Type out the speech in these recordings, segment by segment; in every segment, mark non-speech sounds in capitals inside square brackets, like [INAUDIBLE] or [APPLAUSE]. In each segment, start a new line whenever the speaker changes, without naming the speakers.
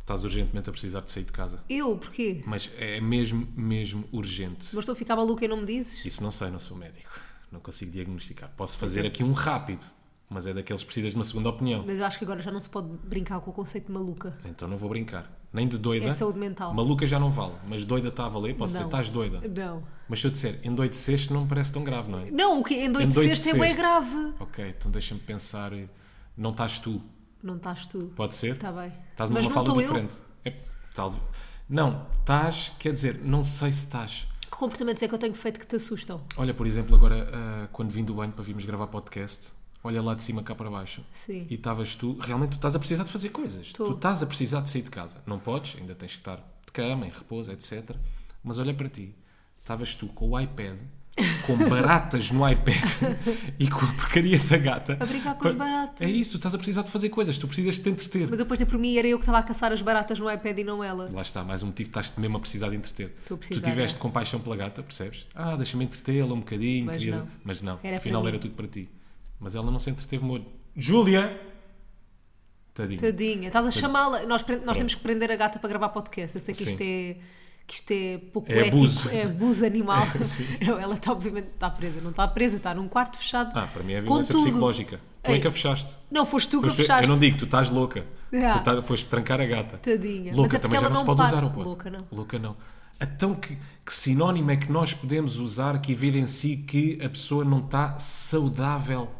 Estás urgentemente a precisar de sair de casa.
Eu? Porquê?
Mas é mesmo, mesmo urgente.
Mas estou a ficar maluca e não me dizes?
Isso não sei, não sou médico. Não consigo diagnosticar. Posso fazer aqui um rápido, mas é daqueles que precisas de uma segunda opinião.
Mas eu acho que agora já não se pode brincar com o conceito de maluca.
Então não vou brincar. Nem de doida.
É saúde mental.
Maluca já não vale, mas doida está a valer. Posso
Não.
dizer, estás doida.
Não.
Mas se eu disser endoideceste, não me parece tão grave, não é?
Não, o que endoideceste é bem
Endoideceste.
grave.
Ok, então deixa-me pensar. Não estás tu.
Não estás tu.
Pode ser?
Está bem.
Estás numa
Tá. Mas não
falda
estou eu.
diferente. É, talvez. Não, estás, quer dizer, não sei se estás.
Que comportamentos é que eu tenho feito que te assustam?
Olha, por exemplo, agora ah, quando vim do banho para virmos gravar podcast, olha lá de cima cá para baixo.
Sim.
E estavas tu, realmente tu estás a precisar de fazer coisas.
Tô.
Tu estás a precisar de sair de casa. Não podes, ainda tens que estar de cama, em repouso, etc. Mas olha para ti, estavas tu com o iPad,
[LAUGHS]
com baratas no iPad e com a porcaria da gata.
A brincar com as
Pa-
baratas.
É isso, tu estás a precisar de fazer coisas, tu precisas de te entreter.
Mas eu depois de por mim era eu que estava a caçar as baratas no iPad e não ela.
Lá está, mais um motivo, estás-te mesmo a precisar de entreter.
Estou a
tu
precisar,
tiveste
é.
compaixão pela gata, percebes? Ah, deixa-me entretê-la um bocadinho,
Mas
queria-
não.
mas não,
Era
afinal
para mim.
era tudo para ti. Mas ela não se entreteve molho. Júlia! Tadinho.
Tadinha. Estás a chamá-la. Nós, pre- nós
Pronto.
temos que prender a gata para gravar podcast. Eu sei que isto
Sim.
é. Que isto é pouco
É abuso.
ético, é abuso animal.
[LAUGHS] Sim.
Não, ela está, obviamente, está presa. Não está presa, está num quarto fechado.
Ah, para mim é
Com
violência
tudo.
psicológica. Tu é
Ei.
que a fechaste.
Não, foste tu que a
Foste-
fechaste.
Eu não digo, tu estás louca.
Ah.
Tu tá- foste trancar a gata.
Tadinha. Mas
Louca
é porque
também já
ela
não, se
não
pode
para.
usar, ou pode?
Louca não.
Louca não. Então, que, que sinónimo é que nós podemos usar que evidencie que a pessoa não está saudável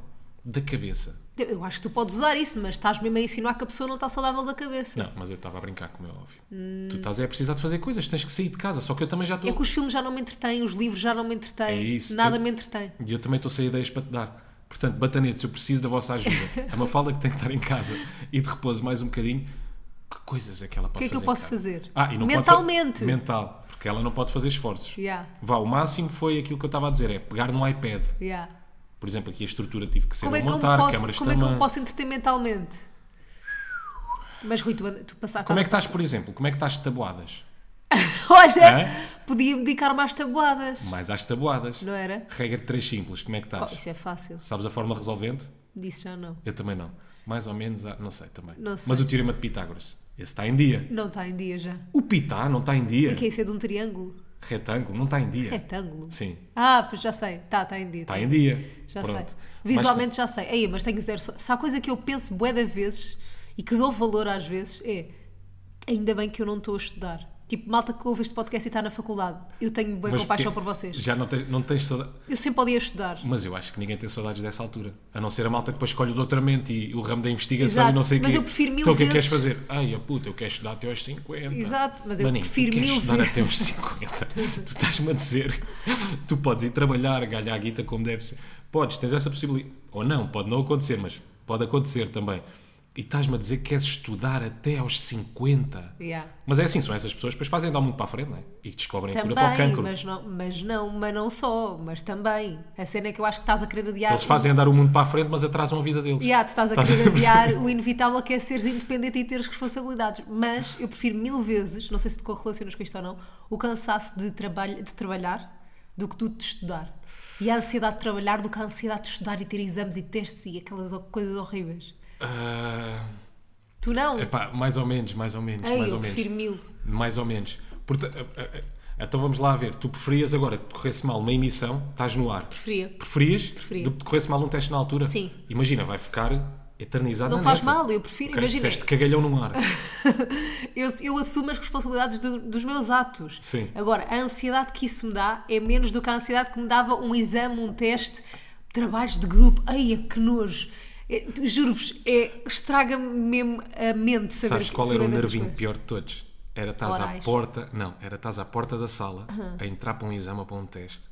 da cabeça?
Eu acho que tu podes usar isso, mas estás mesmo a insinuar que a pessoa não está saudável da cabeça.
Não, mas eu estava a brincar, como é óbvio.
Hum.
Tu estás é a precisar de fazer coisas, tens que sair de casa, só que eu também já estou.
É que os filmes já não me entretêm, os livros já não me entretêm,
É isso.
nada
Eu-
me entretém.
E eu também estou sem ideias para te dar. Portanto, batanetes, eu preciso da vossa ajuda. É uma falda que tem que estar em casa e de repouso mais um bocadinho. Que coisas é que ela pode
O que é que
fazer?
eu posso
em casa?
fazer?
Ah, e não Pode...
Mentalmente.
fa- Mental, porque ela não pode fazer esforços.
Yeah,
Vá, o máximo foi aquilo que eu estava a dizer, é pegar no iPad.
yeah.
Por exemplo, aqui a estrutura tive que ser
Como,
a
é que, eu me
montar,
posso,
câmaras
como é que eu
também.
me posso entreter mentalmente? Mas Rui, tu, and- tu passaste.
Como é que estás, por exemplo, como é que estás de tabuadas?
[LAUGHS] Olha,
Hã?
podia-me dedicar mais tabuadas,
Mais às tabuadas.
não era?
Regra de três simples, como é que
Oh,
estás?
isso é fácil,
Sabes a fórmula resolvente?
disso já não.
Eu também não. Mais ou menos, há- não sei também.
Não sei.
Mas o teorema de Pitágoras, esse está em dia.
Não está em dia já.
O pitá não está em dia.
O que é isso? É de um triângulo?
Retângulo não está em dia.
Retângulo?
Sim,
Ah, pois já sei, está, está em dia.
está em dia.
Já
Pronto.
sei.
Mas-
Visualmente já sei. Aí, mas tenho zero. so- Se há coisa que eu penso bué de vezes e que dou valor às vezes é ainda bem que eu não estou a estudar. Tipo, malta que ouve este podcast e está na faculdade. Eu tenho boa
mas
compaixão por
porque
vocês.
Já não tens, não tens saudade.
Eu sempre odia estudar.
Mas eu acho que ninguém tem saudades dessa altura. A não ser a malta que depois escolhe o doutoramento e o ramo da investigação
Exato,
e não sei o
mas
quê.
eu prefiro mil
Então o que é que queres
vezes-
fazer? Ai, a puta, eu quero estudar até aos 50.
Exato, mas eu
Maninho, tu
prefiro
queres
mil
estudar
vezes.
até aos
[LAUGHS]
50. tu estás-me a dizer. Tu podes ir trabalhar, ganhar a guita como deve ser. Podes, tens essa possibilidade. Ou não, pode não acontecer, mas pode acontecer também. E estás-me a dizer que queres estudar até aos 50.
Yeah.
Mas é assim, são essas pessoas que depois fazem dar muito para a frente, não é? E descobrem a cura para o
Também,
cancro.
mas não, mas não, mas não só, mas também. A cena é que eu acho que estás a querer adiar.
Eles fazem andar o mundo para a frente, mas atrasam a vida deles.
Yeah, ah, tu estás a
Estás a
querer
perceber?
adiar o inevitável que é seres independente e teres responsabilidades. Mas eu prefiro mil vezes, não sei se te correlacionas com isto ou não, o cansaço de, trabalho, de trabalhar do que tu de estudar. E a ansiedade de trabalhar do que a ansiedade de estudar e ter exames e testes e aquelas ho- coisas horríveis.
Ah,
Tu não?
epá, mais ou menos, mais ou menos,
Ei,
É, mais
eu
ou menos.
prefiro mil.
Mais ou menos. Porta- ah, ah, ah, então vamos lá ver. Tu preferias agora que te corresse mal uma emissão, estás no ar.
Preferia.
Preferias
Preferia.
do que te corresse mal um teste na altura?
Sim.
Imagina, vai ficar eternizado
Não
na
faz
neta.
mal, eu prefiro.
Ok,
Imagina,
Disseste cagalhão no
[LAUGHS]
ar.
eu, eu assumo as responsabilidades do- dos meus atos.
Sim.
Agora, a ansiedade que isso me dá é menos do que a ansiedade que me dava um exame, um teste, trabalhos de grupo. Eia, que nojo! É, tu- Juro-vos, é, estraga-me mesmo a mente saber
Sabes
que-
qual era
saber
o
dessas
nervinho
coisas.
pior de todos? Era estás à
Orais.
porta, não, era estás à porta da sala a entrar para um exame ou para um teste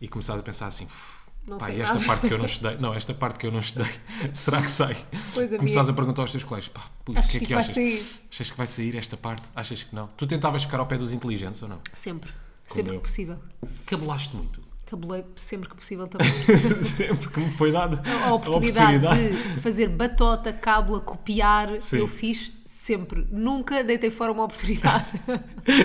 e começares a pensar assim, "Uf,
Não
pá,
sei
e esta
nada."
parte que eu
[LAUGHS]
não estudei, não, esta parte que eu não estudei, [LAUGHS] será que sai?
Pois, a
começares a perguntar aos teus colegas, pá, puto, o
Achas
que é
que
que,
isto vai
achas?
sair?
Achas que vai sair esta parte? Achas que não? Tu tentavas ficar ao pé dos inteligentes ou não?
Sempre. Sempre
eu.
que possível.
Cabelaste muito.
Cabulei sempre que possível também.
[LAUGHS] Sempre que me foi dado
A [LAUGHS] oportunidade,
[LAUGHS]
de fazer batota, cábula, copiar,
Sim.
eu fiz sempre. Nunca deitei fora
[LAUGHS]
uma oportunidade.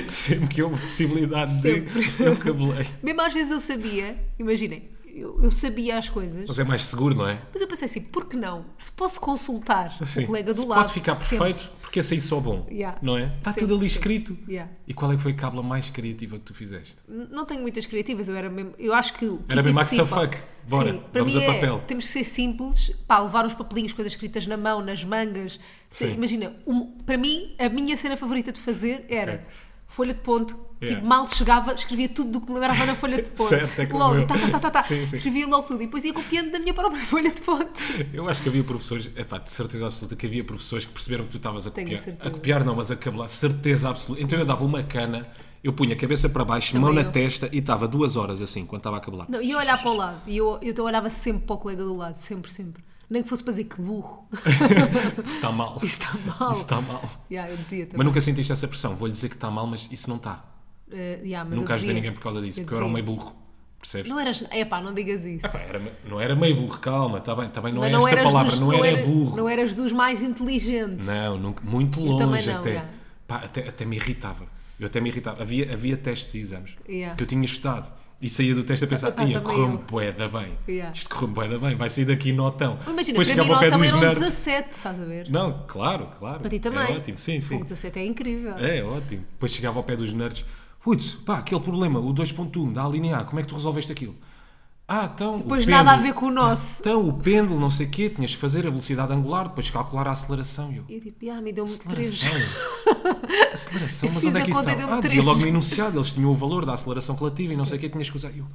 Sempre que houve possibilidade de, eu cabelei.
Mesmo às vezes eu sabia, imaginem, eu, eu sabia as coisas.
Mas é mais seguro, não é?
Mas eu pensei assim, por que não? Se posso consultar
Sim.
o colega do
Se
lado.
pode ficar
sempre-
perfeito, porque esse aí só bom.
Yeah.
Não é? Está
Sempre,
tudo ali
sempre.
escrito.
Yeah.
E qual é que foi a cábula mais criativa que tu fizeste? [LAUGHS]
N- Não tenho muitas criativas, eu era mesmo. Eu acho que. o keep
Era mesmo
it
axa
simple.
fuck. Bora,
Sim, para
vamos
mim
a
é-
papel.
temos que ser simples, pá, levar uns papelinhos, coisas escritas na mão, nas mangas. Sim,
Sim.
Imagina, um- para mim, a minha cena favorita de fazer era
Ok.
folha de ponto.
Yeah.
Tipo, mal chegava, escrevia tudo do que me lembrava na folha de
[LAUGHS]
ponto.
Certo, é como
logo,
eu.
tá, tá, tá, tá, tá.
Sim, sim.
Escrevia logo tudo e depois ia copiando da minha própria [LAUGHS] folha de ponto.
Eu acho que havia professores, epá, de certeza absoluta, que havia professores que perceberam que tu estavas a
Tenho
copiar.
certeza.
A copiar não, mas a cabelar, certeza absoluta. Então eu dava uma cana, eu punha a cabeça para baixo, mão
Também
na
eu.
testa e estava duas horas assim, quando estava a cabelar. [LAUGHS]
Não, e eu olhar para o lado, e eu, eu olhava sempre para o colega do lado, sempre, sempre. Nem que fosse para dizer
[LAUGHS]
que burro.
Isso está mal.
[LAUGHS] Isso está mal.
Isso está mal.
Yeah, eu dizia também.
Mas nunca sentiste essa pressão. Vou-lhe dizer que está mal, mas isso não está.
Eh, yeah, mas
Nunca
eu
ajudei
dizia.
ninguém por causa disso,
Eu
porque eu era um
dizia.
meio burro. Percebes?
Não eras. Epá, não digas isso.
Epá, era me- não era meio burro, calma, está bem, está bem, não
Mas
é esta
eras
palavra,
dos-
não, era
era-
burro.
Não eras dos mais inteligentes.
Não, nunca, muito longe
também não,
até.
yeah.
Pá, até. Até me irritava. Eu até me irritava. Havia, havia testes e exames
Yeah.
que eu tinha estudado e saía do teste a pensar,
Epá,
ia,
também
correu-me
eu."
boeda bem.
Yeah.
Isto correu-me boeda bem, vai sair daqui notão.
Mas Imagina,
Depois
para mim
chegava ao pé
notão
dos
eram
nerds.
17, estás a ver?
Não, claro, claro.
Para ti
É
também.
ótimo, sim, sim.
Fogo 17 é incrível.
É ótimo. Depois chegava ao pé dos nerds. Putz, pá, aquele problema, o 2.1 da alinear, como é que tu resolveste aquilo? Ah, então. o
Depois nada a
pêndulo-
ver com o nosso.
Então, o pêndulo, não sei o quê, tinhas que fazer a velocidade angular, depois calcular a aceleração. E eu,
E eu tipo, ah, me deu-me 3.
Aceleração. aceleração,
Eu
mas
fiz
onde é
a
que isso
conta e
está?
deu-me
Ah, dizia
três.
logo no enunciado, eles tinham o valor da aceleração relativa e não sei o que, tinhas que usar. Eu,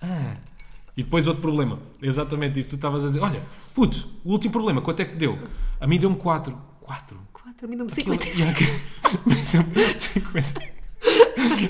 ah. E depois outro problema, exatamente isso, tu estavas a dizer, olha, puto, o último problema, quanto é que deu? A mim deu-me 4. 4?
4, me deu-me 55.
[LAUGHS]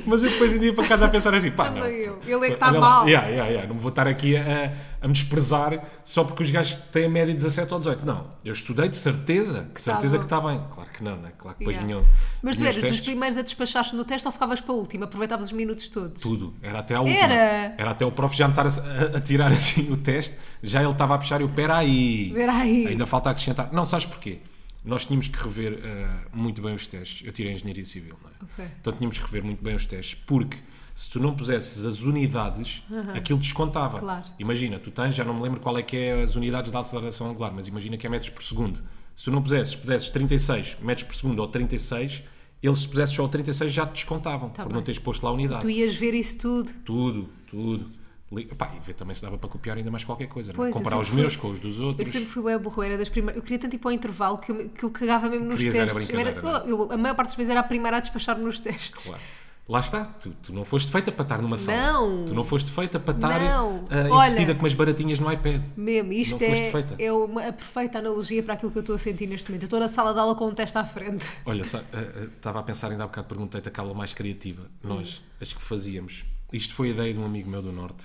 Mas eu depois ainda ia para casa a pensar assim, pá,
Também
não,
eu.
pô,
Ele é que
pô,
está
olha
mal.
lá, yeah, yeah, yeah, Não me vou estar aqui a, a me desprezar só porque os gajos têm a média de 17 ou 18. Não, eu estudei de certeza, de certeza
tá bom.
que está bem. Claro que não, né? Claro que depois
Yeah.
vinham.
Mas
vinham
tu
os
eras dos
testes.
primeiros a despachar-te no teste ou ficavas para o último? Aproveitavas os minutos todos?
Tudo, era até a última.
Era.
até o prof já me estar a, a- a tirar [LAUGHS] assim o teste, já ele estava a puxar e eu, peraí.
Espera aí.
Ainda falta acrescentar. Não, sabes porquê? Nós tínhamos que rever eh, muito bem os testes. Eu tirei Engenharia Civil, não é?
Ok.
Então tínhamos que rever muito bem os testes, porque se tu não pusesses as unidades, aquilo descontava.
Claro.
Imagina, tu tens, já não me lembro qual é que é as unidades da aceleração angular, mas imagina que é metros por segundo. Se tu não pusesses, pusesses 36 metros por segundo ou 36, eles se pusesses só o 36 já te descontavam, por não
Tá bem.
teres posto lá a unidade.
Tu ias ver isso tudo.
Tudo, tudo. Li- Pá, e ver também se dava para copiar ainda mais qualquer coisa, não é?
Pois, eu
Comparar os
sempre fui-
meus com os dos
Eu
outros.
sempre fui bué burro, eu era das primeiras. Eu queria tanto ir para o intervalo que eu, me- que eu cagava mesmo nos
Querias era
testes. Eu era-
brincadeira,
eu- a maior parte das vezes era a primeira a despachar-me nos testes.
Claro. Lá está, tu, tu não foste feita para estar numa sala.
Não.
Tu não foste feita para estar
Não.
ah,
Olha.
entretida com umas baratinhas no iPad.
Mesmo, isto
Não foste
é,
feita.
é uma, a perfeita analogia para aquilo que eu estou a sentir neste momento. Eu estou na sala de aula com um teste à frente. [LAUGHS]
Olha, sa- ah, ah, estava a pensar ainda há bocado, perguntei-te a cábula mais criativa. Nós,
Hum.
as que fazíamos. Isto foi a ideia de um amigo meu do Norte.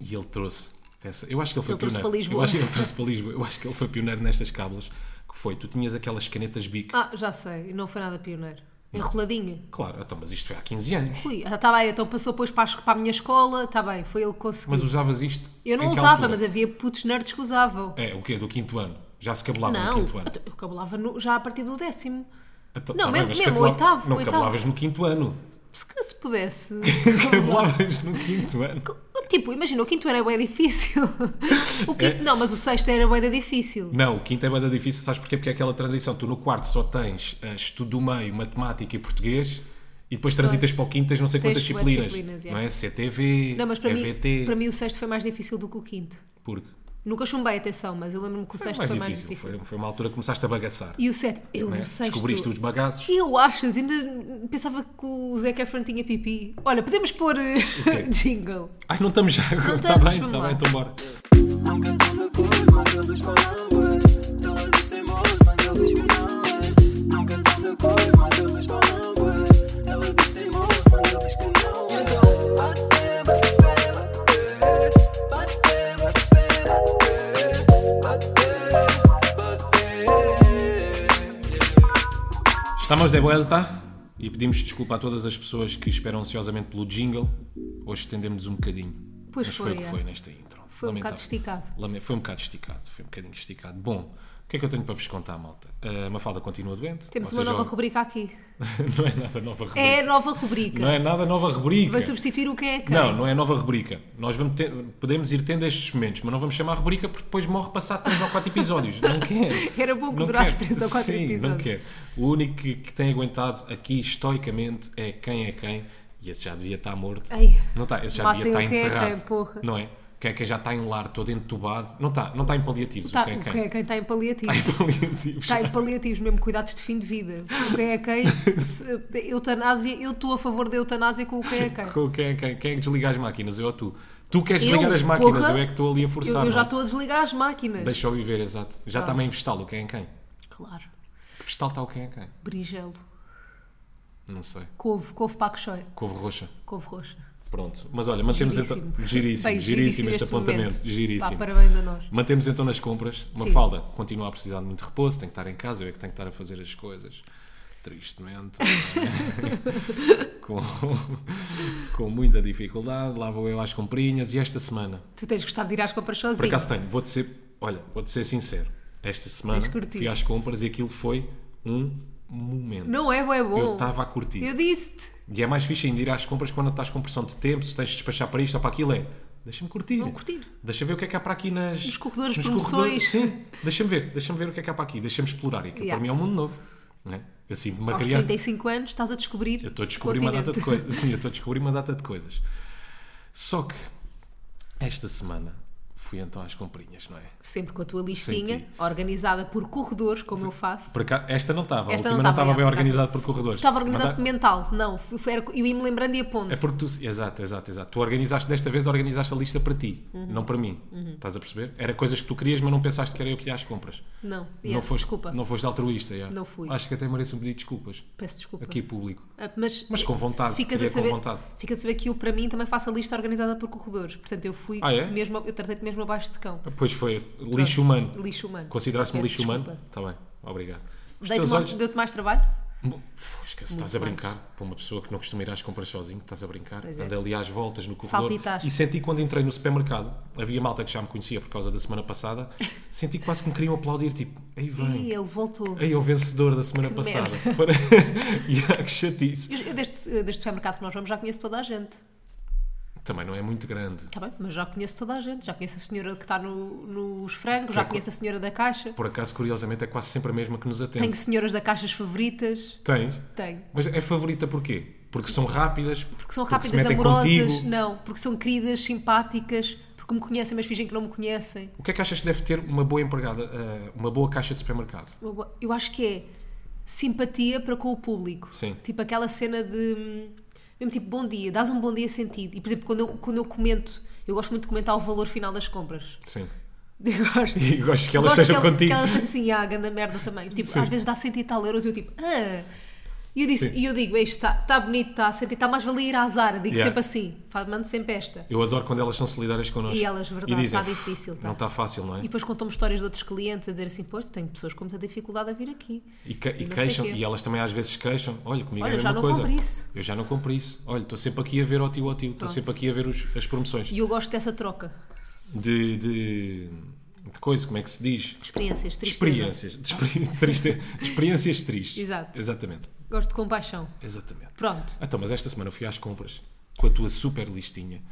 E ele trouxe essa. Eu acho que ele foi
Ele trouxe
pioneiro.
para Lisboa.
Eu acho que ele trouxe para Lisboa. Eu acho que ele foi pioneiro nestas cábulas. Que foi, tu tinhas aquelas canetas bic.
Ah, já sei, não foi nada pioneiro. Enroladinha.
Claro, então, mas isto foi há 15 anos.
Ui, ah, tá bem, então passou depois para, as- para a minha escola, está bem, foi ele que conseguiu.
Mas usavas isto?
eu não
em que
usava,
altura?
mas havia putos nerds que usavam.
É, o quê? Do quinto ano? Já se cabelava
não,
no quinto ano?
eu, eu cabulava no- já a partir do décimo.
Então,
Não,
tá
mesmo-
mas
mesmo,
cabela-
oitavo,
Não
oitavo.
cabelavas no quinto
[LAUGHS]
ano. [LAUGHS]
Se, que- se pudesse.
cabelavas no quinto ano.
tipo, imagina, o quinto era bem difícil. [LAUGHS] O
É.
quinto, Não, mas o sexto era bem difícil.
Não, o quinto é bada difícil, sabes porquê? Porque é aquela transição. Tu no quarto só tens ah, estudo do meio, matemática e português e depois transitas para o quinto tens não sei
Tens
quantas
bué
disciplinas.
disciplinas, yeah.
Não é? CTV,
Não, mas para mim,
EVT.
para mim o sexto foi mais difícil do que o quinto.
Porque
Nunca chumbei, atenção, mas eu lembro-me que o sexto
foi
foi
mais
mais
difícil.
difícil.
Foi, foi uma altura que começaste a bagaçar.
E o sétimo? Eu
não é?
no sexto.
Descobriste os bagaços.
Eu achas, ainda pensava que o Zac Efron tinha pipi. Olha, podemos [LAUGHS] pôr eh,
quê?
jingle.
Ai, não estamos já agora. Está
estamos,
bem,
vamos
está
lá.
bem, então bora.
Nunca tô na cor, mas eles falam ué. Elas têm moço, mas eles que não é. Nunca tô na cor, mas eles falam ué. Elas têm moço, mas eles que não é. Então, bate, bate, bate, bate, bate, bate, bate, bate.
Estamos de volta e pedimos desculpa a todas as pessoas que esperam ansiosamente pelo jingle. Hoje estendemos um bocadinho.
Pois
Mas
foi,
o que
é.
foi nesta intro.
Foi um
Lamentável.
bocado esticado.
Lame- Foi um bocado esticado, foi um bocadinho esticado. Bom, O que é que eu tenho para vos contar, malta? A Mafalda continua doente.
Temos
Vocês
uma nova
já-
rubrica aqui.
[LAUGHS] não é nada nova rubrica.
É a nova rubrica.
Não é nada nova rubrica.
Vai substituir o que é quem?
Não, não é nova rubrica. Nós vamos ter- podemos ir tendo estes momentos, mas não vamos chamar a rubrica porque depois morre passado 3 ou 4 episódios.
[LAUGHS]
Não quer.
Era bom que
Não
durasse
quer.
três ou quatro
Sim, Não
episódios.
quer. O único que, que tem aguentado aqui estoicamente é quem é quem. E esse já devia estar morto.
Ei,
não está, esse já
matem
devia estar
o quem é quem,
enterrado.
porra.
Não é? Quem é quem já está em lar, todo entubado. Não está, não está em paliativos.
Tá,
o quem é
o
quem.
quem é Tá. quem está em paliativos.
Está [LAUGHS] em paliativos.
Está em paliativos, mesmo cuidados de fim de vida. O quem é quem? se- Eutanásia, eu estou a favor da eutanásia com o quem é quem.
Com Quem é quem? Quem é que desliga as máquinas? Eu ou tu? Tu queres desligar
Eu?
as máquinas,
Porra.
eu é que estou ali a
Eu,
forçar.
eu já
não é?
estou a Tá. desligar as máquinas.
Deixa eu viver, exato. Já está
Pronto.
meio vestal, o quem é quem?
Claro.
Vestal está o quem é quem?
Berinjelo.
Não sei.
Couve, couve paco choy.
Couve roxa.
Couve roxa.
Pronto. Mas olha, mantemos então. Giríssimo,
Bem,
giríssimo, este, apontamento.
momento. Pá,
Giríssimo.
parabéns a nós.
Mantemos então nas compras. Uma
Sim.
falda continua a precisar de muito repouso, tem que estar em casa, eu é que tenho que estar a fazer as coisas.
[LAUGHS]
Tristemente. com, com muita dificuldade. Lá vou eu às comprinhas e esta semana.
Tu tens gostado de ir às compras
Por
sozinho.
acaso tenho, vou-te ser, olha, vou-te ser sincero. Esta semana
Tens curtido.
fui às compras e aquilo foi um momento.
Não é bom, é bom.
Eu estava a curtir.
Eu disse-te.
E é mais fixe ainda ir às compras quando estás com pressão de tempo, se tens de despachar para isto ou para aquilo, é deixa-me curtir.
Vou curtir.
Deixa ver o que é que há para aqui nas,
Nos corredores, promoções.
Sim, deixa-me ver, deixa-me ver o que é que há para aqui, deixa-me explorar. E aquilo
Yeah.
para mim é um mundo novo. Não é? Eu sinto-me uma
Aos
criança.
35 anos estás a descobrir.
Eu estou a descobrir uma data de
continente.
coisas. Sim, eu estou a descobrir uma data de coisas. Só que esta semana fui então às comprinhas, não é?
Sempre com a tua listinha,
Senti.
organizada por corredores, como eu faço.
Por acaso- esta não estava, a
Esta
última
não
não
estava,
estava bem
é, por acaso.
organizada por corredores.
Estava
Mas
organizado
tá-
mental, não. Fui, fui- era- eu ia-me lembrando e a ponto.
É porque tu. Exato, exato, exato. Tu organizaste desta vez, organizaste a lista para ti,
Uhum.
não para mim. Estás a perceber? Era coisas que tu querias, mas não pensaste que era eu que ia às compras.
Não, yeah,
não foste,
desculpa.
Não foste altruísta, yeah.
Não fui.
Acho que até mereço um pedido de desculpas.
Peço desculpa.
Aqui, público.
Ah, Mas,
Mas com vontade,
Ficas a
queria com
saber,
vontade.
Ficas a saber que eu, para mim, também faço a lista organizada por corredores. Portanto, eu fui
Ah, é?
mesmo, eu tratei-te mesmo abaixo de cão.
Pois foi, lixo humano.
Lixo humano.
Consideraste-me
Peço
lixo humano?
desculpa.
Está bem, obrigado. Os
Dei-te
teus
mais-
olhos.
Deu-te mais trabalho?
Bom, Fosca, se estás a
mais.
brincar, para uma pessoa que não costuma ir às compras sozinho, estás a brincar,
Pois é.
andei ali às voltas no corredor
Saltitaste.
e senti quando entrei no supermercado, havia malta que já me conhecia por causa da semana
[LAUGHS]
passada, senti quase que me queriam aplaudir, tipo, aí
E
vem,
ele voltou.
aí é o vencedor da semana
Que
passada. Para... [LAUGHS] e há que chatice.
Eu, eu deste, eu deste supermercado que nós vamos já conheço toda a gente.
Também não é muito grande.
Está bem, mas já conheço toda a gente. Já conheço a senhora que está no- nos frangos, já
Que é co-
conheço a senhora da caixa.
Por acaso, curiosamente, é quase sempre a mesma que nos atende.
Tenho senhoras da caixas favoritas.
Tens?
Tenho.
Mas é favorita porquê? Porque são rápidas,
Porque são
porque se
rápidas,
metem
amorosas.
contigo.
Não, porque são queridas, simpáticas, porque me conhecem, mas fingem que não me conhecem.
O que é que achas que deve ter uma boa empregada, eh, uma boa caixa de supermercado?
Eu- Eu acho que é simpatia para com o público.
Sim.
Tipo aquela cena de. hum, Mesmo tipo, bom dia, dás um bom dia sentido. E por exemplo, quando eu, quando eu comento, eu gosto muito de comentar o valor final das compras. [LAUGHS]
Sim.
Eu gosto.
[LAUGHS] E gosto que elas
Gosto
estejam
que ela-
contigo.
Que ela pensa assim, ah, ganda merda também. Tipo,
Sim.
às vezes dá 100 e tal euros e eu tipo, ah. E eu, disse,
Sim.
e eu digo, isto está tá bonito, está a 100 e tal, mas valia ir à Zara. Digo
Yeah.
sempre assim, fa- mando sempre esta.
Eu adoro quando elas são solidárias connosco.
E elas, verdade,
dizem,
tá difícil, tá.
Não está fácil, não é?
E depois contou-me histórias de outros clientes a dizer assim, pois, tenho pessoas com muita dificuldade a vir aqui.
E, que- e
não sei
queixam,
quê.
e elas também às vezes queixam. Olha, comigo
Olha,
é a
eu já
mesma
não
coisa.
compro isso.
Eu já não compro isso. Olha, estou sempre aqui a ver o tio, ó tio. Estou
Pronto.
sempre aqui a ver os- as promoções.
E eu gosto dessa troca.
De, de, de coisa, como é que se diz?
Experiências, tristeza.
Experiências. De, experi- [LAUGHS] triste- de experiências tristes.
Exato.
Exatamente.
Gosto de compaixão.
Exatamente.
Pronto.
Então, mas esta semana eu fui às compras com a tua super listinha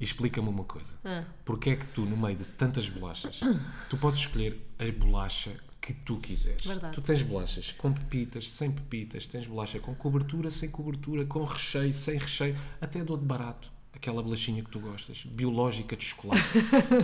e explica-me uma coisa.
Ah.
Porquê é que tu, no meio de tantas bolachas, tu podes escolher a bolacha que tu quiseres.
Verdade.
Tu tens bolachas com pepitas, sem pepitas, tens bolacha com cobertura, sem cobertura, com recheio, sem recheio, até dou de barato. Aquela bolachinha que tu gostas, biológica de
[LAUGHS]
chocolate.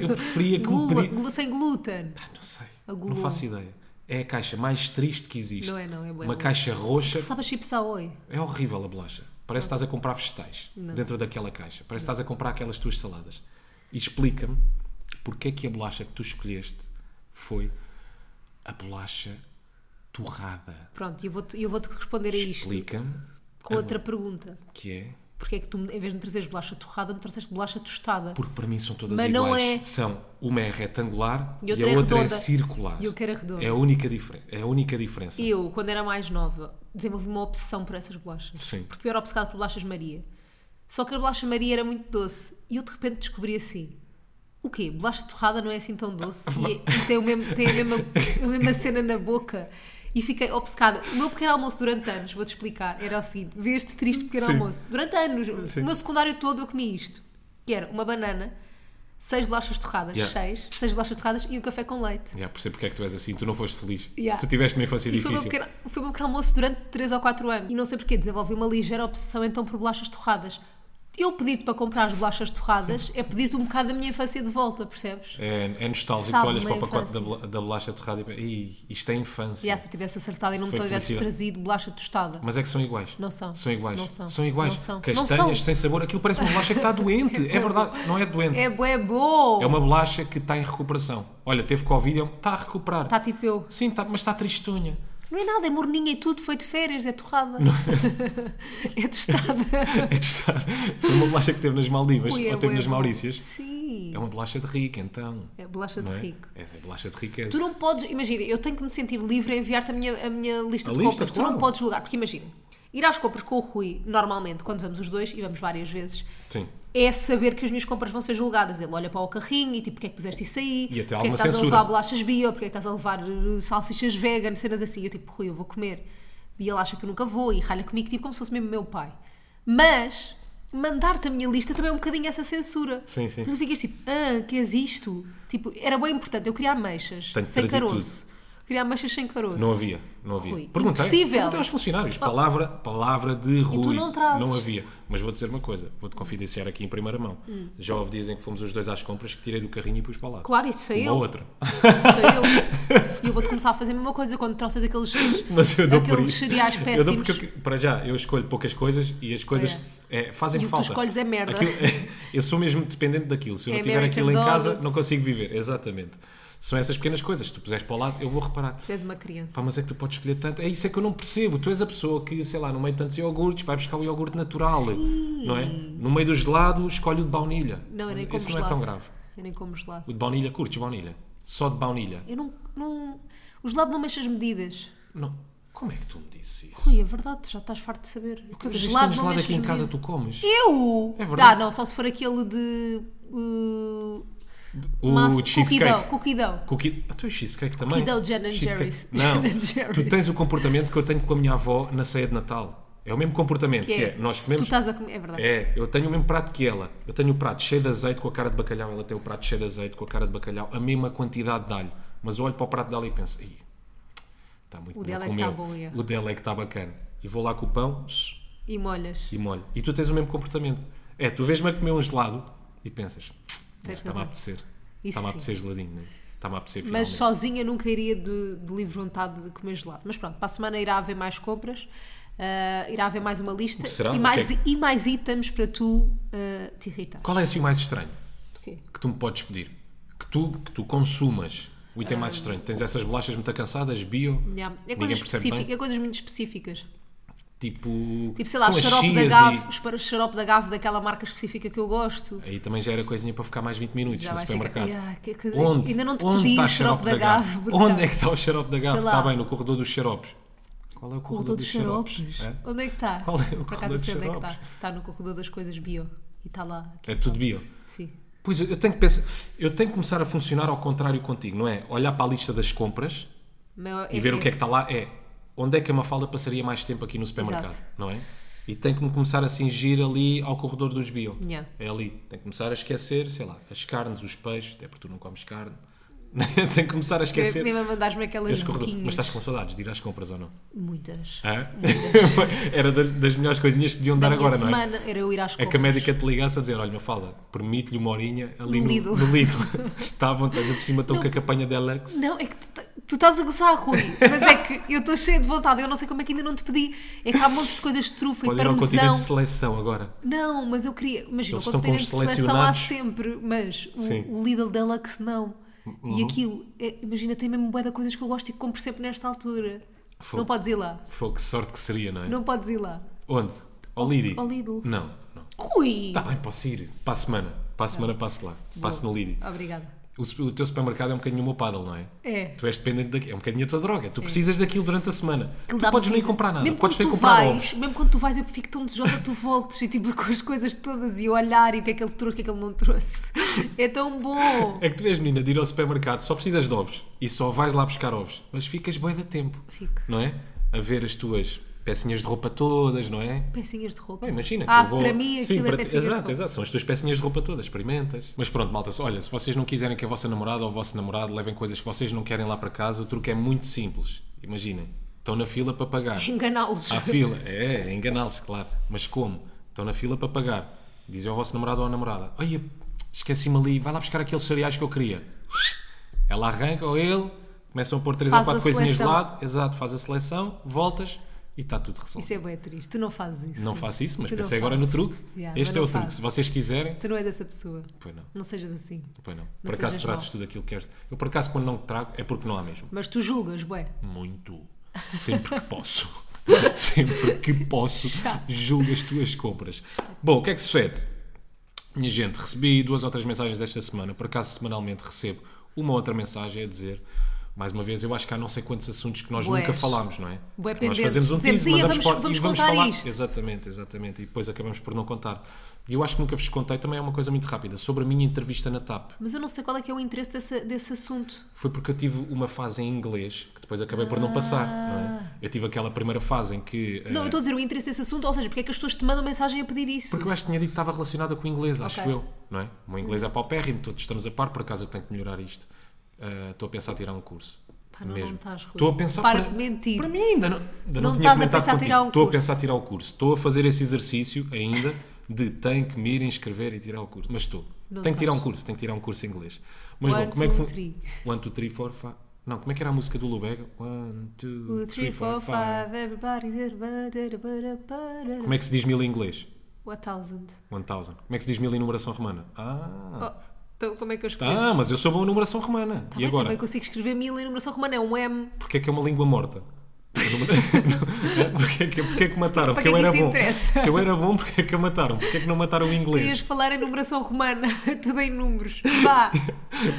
Eu preferia que me
Glula,
pedi...
glu- sem glúten.
Não sei,
A
não
Gulon.
faço ideia. É a caixa mais triste que existe.
Não é, não, é bué
Uma
bom.
caixa roxa
Sabe a chips Ahoy?
é horrível a bolacha. Parece que estás a comprar vegetais dentro daquela caixa. Parece que estás a comprar aquelas tuas saladas. E explica-me porque é que a bolacha que tu escolheste foi a bolacha torrada.
Pronto, eu vou-te eu vou-te responder a É isto
Explica-me
com outra pergunta.
que é.
Porquê é que tu, em vez de me trazeres bolacha torrada, me trouxeste bolacha tostada?
Porque para mim são todas
Mas não
iguais.
é.
São uma é retangular
E
e,
outra
a
é
outra é
redonda.
circular.
E eu quero a redonda.
É a única, diferen- é a única diferença.
Eu, quando era mais nova, desenvolvi uma obsessão por essas bolachas.
Sim.
Porque eu era obcecada por bolachas Maria. Só que a bolacha Maria era muito doce. E eu de repente descobri assim: O quê? Bolacha torrada não é assim tão doce e,
[LAUGHS]
e tem, o mesmo- tem a, mesma, a mesma cena na boca. E fiquei obcecada. O meu pequeno almoço durante anos, vou-te explicar, era o seguinte: vê este triste pequeno
Sim.
almoço. Durante anos,
Sim.
o meu secundário todo eu comi isto: que era uma banana, seis bolachas torradas,
Yeah.
seis, seis bolachas torradas e um café com leite.
Já percebo porque é que tu és assim, tu não foste feliz.
Yeah.
Tu tiveste uma infância
E foi o,
difícil.
meu pequeno, foi o meu pequeno almoço durante 3 ou 4 anos. E não sei porquê, desenvolvi uma ligeira obsessão então por bolachas torradas. Eu pedir-te para comprar as bolachas torradas é pedir-te um bocado da minha infância de volta, percebes?
É, é nostálgico,
Sabe
tu olhas para
uma
o pacote da,
infância.
bola- da bolacha torrada e pe- "Ih, isto é infância.
E ah, se eu tivesse acertado e não me
Foi
tivesse
felicidade.
trazido bolacha tostada.
Mas é que são iguais.
Não são.
São iguais.
Não são.
iguais.
Não são.
Castanhas
Não são.
sem sabor, aquilo parece uma bolacha que está doente. é verdade, não é doente.
É bué bom!
É uma bolacha que está em recuperação. Olha, teve Covid, é um- está a recuperar.
Está tipo eu.
Sim, tá- mas está tristonha. [LAUGHS]
Não é nada, é morninha e tudo, foi de férias, é torrada. [LAUGHS] é tostada.
É testado. Foi uma bolacha que teve nas Maldivas
Ui, é
ou teve
bué
nas
bom.
Maurícias.
Sim.
É uma bolacha de rico, então.
É bolacha
não
de
é?
rico.
É, é bolacha de rico. é-
Tu não podes, imagina, eu tenho que me sentir livre a enviar-te a minha, a minha lista
A
de
lista,
compras. Tu
claro.
não podes julgar, porque imagina, ir às compras com o Rui, normalmente, quando vamos os dois, e vamos várias vezes,
Sim.
é saber que as minhas compras vão ser julgadas. Ele olha para o carrinho e tipo, porque é que puseste isso aí?
E até
porque é que
alguma
estás
censura.
a levar bolachas bio? Porque é que estás a levar uh, salsichas vegan? Cenas assim. Eu tipo, Rui, eu vou comer. E ele acha que eu nunca vou e ralha comigo, tipo, como se fosse mesmo meu pai. Mas, mandar-te a minha lista também é um bocadinho essa censura.
Sim, sim.
Porque tu ficas tipo, ah, que és isto? Tipo, era bem importante. Eu queria ameixas,
Tenho que
sem
trazer
caroço. Queria ameixas sem caroço.
Não havia, não havia.
Rui,
perguntei,
impossível.
perguntei aos funcionários. Palavra, palavra de Rui.
não trazes.
Não havia. Mas vou dizer uma coisa, vou-te confidenciar aqui em primeira mão. Já houve dizem que fomos os dois às compras que tirei do carrinho e pus para lá.
Hum. Claro, isso sou
uma
eu.
outra. [LAUGHS]
Sou eu. E eu vou-te começar a fazer a mesma coisa quando trouxes aqueles.
Mas eu dou por
Aqueles
isso.
cereais
Eu dou porque,
péssimos.
eu- para já, eu escolho poucas coisas e as coisas eh, fazem
E o que tu
falta.
escolhes é merda.
Aquilo- eu sou mesmo dependente daquilo. Se eu
É
não tiver
American
aquilo em casa,
Donuts.
não consigo viver. Exatamente. São essas pequenas coisas. Se tu puseres para o lado, eu vou reparar.
Tu és uma criança.
Pá, mas é que tu podes escolher tanto. É isso é que eu não percebo. Tu és a pessoa que, sei lá, no meio de tantos iogurtes, vai buscar o iogurte natural. Não é? No meio do gelado, escolhe o de baunilha.
Não, eu
Mas
nem como
isso não
gelado.
é tão grave.
Eu nem como gelado.
O de baunilha, curtes baunilha? Só de baunilha?
Eu não. não o gelado não mexe as medidas.
Não. Como é que tu me dizes isso?
Rui, é verdade, tu já estás farto de saber.
Eu cada vez que temos gelado aqui em casa, tu comes.
Eu!
É verdade.
Ah, não, só se for aquele de. Uh,
O
massa-
cheesecake.
Coquidão, coquidão.
Cookie... Ah, tu és cheesecake também?
Coquidão de Jan and
Cheesecake.
Jerry's.
Não,
Jan and Jerry's.
tu tens o comportamento que eu tenho com a minha avó na ceia de Natal. É o mesmo comportamento, que, é, nós
se
comemos...
Tu estás a comer. É verdade.
É, eu tenho o mesmo prato que ela. Eu tenho o prato cheio de azeite com a cara de bacalhau, ela tem o prato cheio de azeite com a cara de bacalhau, a mesma quantidade de alho. Mas eu olho para o prato dela e penso, "Ih, está muito
O
bom
dela é
com
que
meu.
está bom, é."
O dela é que está bacana. E vou lá com o pão
E molhas.
e molho. E tu tens o mesmo comportamento. É, tu vês-me a comer um gelado e pensas, "Ah,
Tens
está-me
razão.
a apetecer.
Isso
Está-me a
sim.
apetecer geladinho, né? está-me a apetecer
Mas
finalmente.
sozinha nunca iria de, de livre vontade de comer gelado. Mas pronto, para a semana irá haver mais compras, ah, irá haver mais uma lista
será?
E,
O
mais,
que é
e mais itens para tu ah, te irritar.
Qual é assim o mais estranho
O quê?
que tu me podes pedir? Que tu, que tu consumas o item mais estranho. Tens essas bolachas muito cansadas, bio,
Ah. Yeah. É,
ninguém percebe
coisas
bem.
específica- é coisas muito específicas.
Tipo,
Tipo, sei lá,
são as
xarope da,
chias
Gave, espero- xarope da Gave daquela marca específica que eu gosto.
e... Aí também já era coisinha para ficar mais 20 minutos
Já
no
vais
supermercado.
ficar- Yeah, que coisa-
Onde?
ainda não te
Onde
pedi
está
o
a xarope da Gave?
porque
Onde
tá-
é que está o xarope da Gave?
Sei
Está
lá.
bem, no corredor dos xaropes. Qual é o corredor,
Corredor dos xaropes?
É?
Onde é que está?
Qual é o
Por
corredor
acaso eu sei
dos
onde é que
xaropes?
está. Está no corredor das coisas bio. E está lá. aqui.
É tudo bio.
Sim.
Pois eu eu tenho que pensar, eu tenho que começar a funcionar ao contrário contigo, não é? Olhar para a lista das compras
Mas
e ver o que é que está lá é onde é que a Mafalda passaria mais tempo aqui no supermercado,
Exato.
não é? E tem que me começar a cingir ali ao corredor dos bio.
Yeah.
É ali. Tem que começar a esquecer, sei lá, as carnes, os peixes, até porque tu não comes carne. [LAUGHS] tem que começar a esquecer
Mesmo a mandar-me aquelas
esse corredor. Mas
boquinhas.
estás com saudades de ir às compras ou não?
Muitas.
[LAUGHS] Hã? Era da- das melhores coisinhas que podiam
Da
dar
minha
agora, não é?
semana era eu ir às
É que a
compras.
médica te ligasse a dizer: Olha, Mafalda, permite-lhe uma horinha ali
No
no,
Lidl.
no Lidl. [LAUGHS] Está à vontade, ainda por cima estou com a campanha da Alex.
Não, é que tu, ta- tu estás a gozar, Rui. Mas é que eu estou cheia de vontade. Eu não sei como é que ainda não te pedi. É que há montes de coisas de trufa
Pode
e
ir ao
parmesão.
continente de seleção agora.
Não, mas eu queria. Imagina, o
Eles estão com
continente de
os
seleção há
selecionados.
sempre, mas
Sim. Uhum.
o, o Lidl Deluxe não. E aquilo, é- imagina, tem mesmo bué de coisas que eu gosto e que compro sempre nesta altura.
Fogo.
Não podes ir lá.
Foi que sorte que seria, não é?
Não podes ir lá.
Onde? Ao Lidi?
ao Lidl.
Não, Tá não.
Rui!
Está bem, posso ir. Para a semana. Para a semana passo lá. Passo no Lidi.
Obrigada.
O, su- o teu supermercado é um bocadinho o meu paddle, não é?
É.
Tu és dependente daquilo, é um bocadinho a tua droga. Tu precisas daquilo durante a semana.
Aquilo
tu
dá-me
podes nem
vida.
comprar nada,
Mesmo
podes nem
quando tu
comprar
vais,
ovos.
Mesmo quando tu vais, eu fico tão desejosa que tu voltes e tipo [LAUGHS] com as coisas todas e olhar e o que é que ele trouxe, o que é que ele
[LAUGHS]
não trouxe. É tão bom.
É que tu és menina de ir ao supermercado, só precisas de ovos e só vais lá buscar ovos, mas ficas bué da tempo,
Fico.
não é? A ver as tuas pecinhas de roupa todas, não é?
Pecinhas de roupa.
Não, imagina
Ah,
que eu vou...
para mim aquilo
Sim,
é
para ti-
pecinhas
exato,
de roupa.
exato, são as tuas pecinhas de roupa todas, experimentas. Mas pronto, malta, olha, se vocês não quiserem que a vossa namorada ou o vosso namorado levem coisas que vocês não querem lá para casa, o truque é muito simples. Imaginem, estão na fila para pagar.
Enganá-los. [LAUGHS]
À fila, é, é enganá-los, claro. Mas como? Estão na fila para pagar. Dizem ao vosso namorado ou à namorada: Olha, esqueci-me ali, vai lá buscar aqueles cereais que eu queria. Ela arranca ou ele, começam a pôr três ou
Faz
quatro
a
coisinhas de
seleção.
lado, exato, faz a seleção, voltas e está tudo resolvido.
Isso é bem triste. Tu não fazes isso.
Não faço isso, mas
Tu não
pensei agora no
fazes.
truque.
Yeah, mas
este é
não
o truque.
fazes.
Se vocês quiserem,
Tu não és essa pessoa.
pois não.
Não sejas assim.
Pois não. Por
sejas
acaso trazes
mau.
tudo aquilo que queres. Eu, por acaso, quando não trago, é porque não há mesmo.
Mas tu julgas, bué.
Muito. Sempre que
[LAUGHS]
posso. Sempre que posso, julgo as tuas compras. Bom, o que é que sucede? Minha gente, recebi duas ou três mensagens esta semana. Por acaso, semanalmente recebo uma outra mensagem a dizer. Mais uma vez, eu acho que há não sei quantos assuntos que nós
Bués.
nunca falámos, não é?
Bué
Que nós
pendentes.
fazemos um
Dizemos,
teaser,
"Ia,
mandamos
vamos-
para-
vamos
e vamos
contar
falar.
isto."
Exatamente, exatamente. E depois acabamos por não contar. E eu acho que nunca vos contei, também é uma coisa muito rápida, sobre a minha entrevista na TAP.
Mas eu não sei qual é que é o interesse dessa- desse assunto.
Foi porque eu tive uma fase em inglês que depois acabei por não passar. Não é? Eu tive aquela primeira fase em que. eh,
Ah. Não, eu estou a dizer o interesse desse assunto, ou seja, porque é que as pessoas te mandam mensagem a pedir isso?
Porque eu acho que tinha dito que estava relacionada com o inglês, acho
Ok. Uhum.
eu. Não é? O meu inglês é paupérrimo, todos estamos a par, por acaso eu tenho que melhorar isto. Eh, Estou a pensar em tirar um curso.
Pá, não, não estás, Rui.
Estou a pensar.
Para de mentir.
Para mim ainda não, ainda não,
Não
tinha
estás a
comentado
pensar em
contigo.
tirar um
Estou a
curso.
pensar em tirar o curso. Estou a fazer esse exercício ainda de tenho que me ir inscrever e tirar o curso. Mas estou.
Não
Tenho que tirar um
estás.
curso, tenho que tirar um curso em inglês. Mas
One,
bom, como é que
two,
fun-
three.
One, two, three, four, five. Não, como é que era a música do Lubega? One, two,
O
three, four, five.
everybody, everybody, everybody.
Como é que se diz mil em inglês?
One thousand.
One thousand. Como é que se diz mil em numeração romana? Ah.
Oh, então como é que eu escrevo?
Tá, mas eu sou bom em numeração romana.
Tá
e
bem,
agora?
Também consigo escrever mil em numeração romana, é um M.
Porquê é que é uma língua morta? porquê, é que, porquê é que mataram?
Para
Porque
que
eu
é
era
que isso
bom.
interessa?
Se eu era bom, porquê é que a mataram? Porquê é que não mataram o
Querias
inglês?
falar em numeração romana, [LAUGHS] tudo em números.
[LAUGHS]
Vá!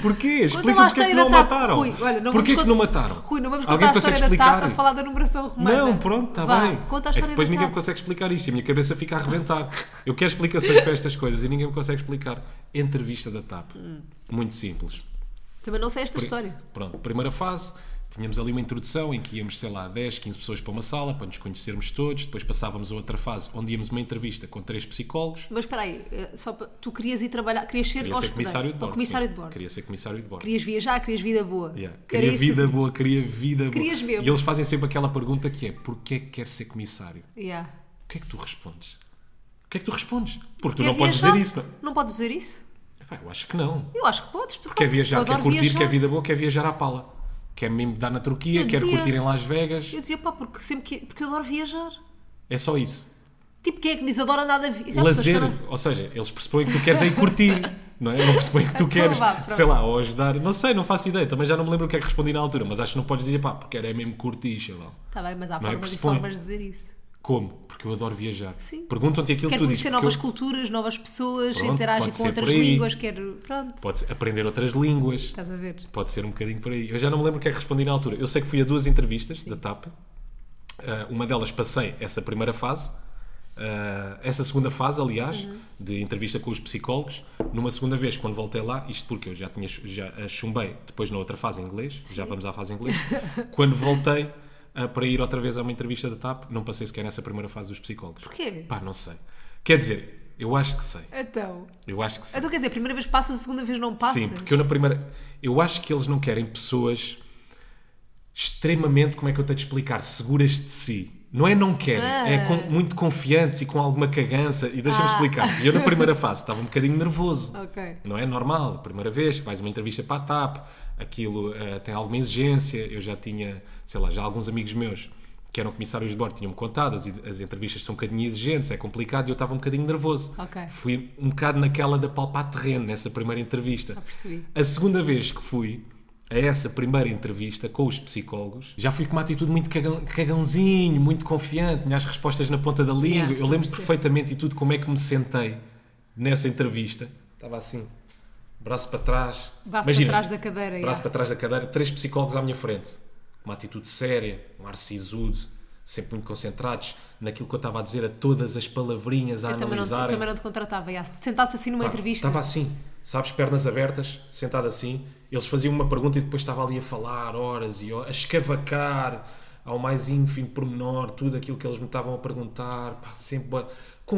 Porquê?
Conta
Explica
lá a
porquê é que
história da
não
TAP.
mataram.
Rui, olha, não
porquê é que
vamos cont-
não mataram?
Rui, não vamos
Alguém
contar a
consegue
história da
explicar?
TAP a falar da numeração romana.
Não, pronto, está
Vá,
bem.
Conta a
É que
história
depois
da
ninguém me
TAP.
consegue explicar isto e a minha cabeça fica a arrebentar. Eu quero explicações para estas coisas e ninguém me consegue explicar. Entrevista da TAP.
Hum.
Muito simples.
Também não sei esta
Pri-
história.
Pronto, primeira fase, tínhamos ali uma introdução em que íamos, sei lá, 10, 15 pessoas para uma sala para nos conhecermos todos, depois passávamos a outra fase onde íamos uma entrevista com três psicólogos.
Mas espera aí, eh, só para- tu querias ir trabalhar, querias ser
Queria ser
hóspede,
comissário de
ou
bordo.
comissário
sim.
de bordo.
Queria ser comissário de bordo.
Querias viajar, querias vida boa.
Yeah.
Era
Queria
isso que tu
vida boa, queria vida
tipo Querias
boa.
mesmo.
E eles fazem sempre aquela pergunta que é: porquê é que quer ser comissário?
Yeah.
O que é que tu respondes? O que é que tu respondes? Porque tu
Quer
não podes
viajar?
dizer isso, tá? não?
Não podes dizer isso?
Epá, eu acho que não.
Eu acho que podes, porque
Quer é viajar,
Ah, eu
quer
adoro
curtir,
viajar.
quer vida boa, quer viajar à pala. Quer mesmo dar na Turquia,
Eu
quer
dizia-
curtir em Las Vegas.
Eu dizia, pá, porque sempre que. Porque eu adoro viajar.
É só isso.
Tipo, quem é que diz adoro andar a viajar?
lazer, ou seja, eles pressupõem que tu queres aí curtir, não é? Não pressupõem que tu
[LAUGHS] Então
queres,
vá, pronto.
sei lá, ou ajudar, não sei, não faço ideia, também já não me lembro o que é que respondi na altura, mas acho que não podes dizer, pá, porque era mesmo curtir, chaval.
Está Tá bem, mas há
Não é?
formas e
Pressupõe.
formas de dizer isso.
Como? Porque eu adoro viajar.
Sim.
Perguntam-te aquilo
Quero
que tu dizes.
conhecer
porque
novas
eu-
culturas, novas pessoas,
Pronto,
interagir
pode
com
ser
outras
por aí.
línguas, quero. Pronto,
Pode aprender outras línguas,
estás a ver?
pode ser um bocadinho por aí. Eu já não me lembro o que é que respondi na altura. Eu sei que fui a duas entrevistas da TAP, Ah, uma delas passei essa primeira fase, ah, essa segunda fase, aliás, de entrevista com os psicólogos. Numa segunda vez, quando voltei lá, isto porque eu já, tinha, chu- já ah, chumbei depois na outra fase em inglês, já vamos à fase em inglês. quando voltei ah, para ir outra vez a uma entrevista da TAP, não passei sequer nessa primeira fase dos psicólogos.
Porquê?
Pá, não sei. Quer dizer, eu acho que sei.
Então.
Eu acho que sei.
Então quer dizer, a primeira vez passa, a segunda vez não passa.
Sim, porque eu na primeira. Eu acho que eles não querem pessoas extremamente, como é que eu tenho de explicar, seguras de si. Não é não querem,
Ah.
é com- muito confiantes e com alguma cagança. E deixa-me
Ah.
explicar. E eu na primeira fase estava um bocadinho nervoso.
Ok.
Não é normal, primeira vez que vais a uma entrevista para a TAP, aquilo eh, tem alguma exigência. Eu já tinha, sei lá, já alguns amigos meus que eram comissários de bordo tinham-me contado, as, as entrevistas são um bocadinho exigentes, é complicado e eu estava um bocadinho nervoso.
Ok.
Fui um bocado naquela da palpar terreno, nessa primeira entrevista.
Já percebi.
A segunda vez que fui a essa primeira entrevista com os psicólogos, já fui com uma atitude muito cagão- cagãozinho, muito confiante, tinha as respostas na ponta da língua.
Yeah,
eu lembro
percebo.
perfeitamente e tudo como é que me sentei nessa entrevista. Estava assim, braço para trás.
Braço
Imagina,
para trás da cadeira.
braço
yeah.
para trás da cadeira, três psicólogos à minha frente. Uma atitude séria, um ar sisudo, sempre muito concentrados naquilo que eu estava a dizer, a todas as palavrinhas a
Eu também não, te-
analisarem.
também não te contratava. yeah. Se sentasse assim numa
é. Pá,
entrevista.
Estava assim, sabes, pernas abertas, sentado assim. Eles faziam uma pergunta e depois estava ali a falar horas e horas, a escavacar ao mais ínfimo pormenor tudo aquilo que eles me estavam a perguntar. Pá, sempre bué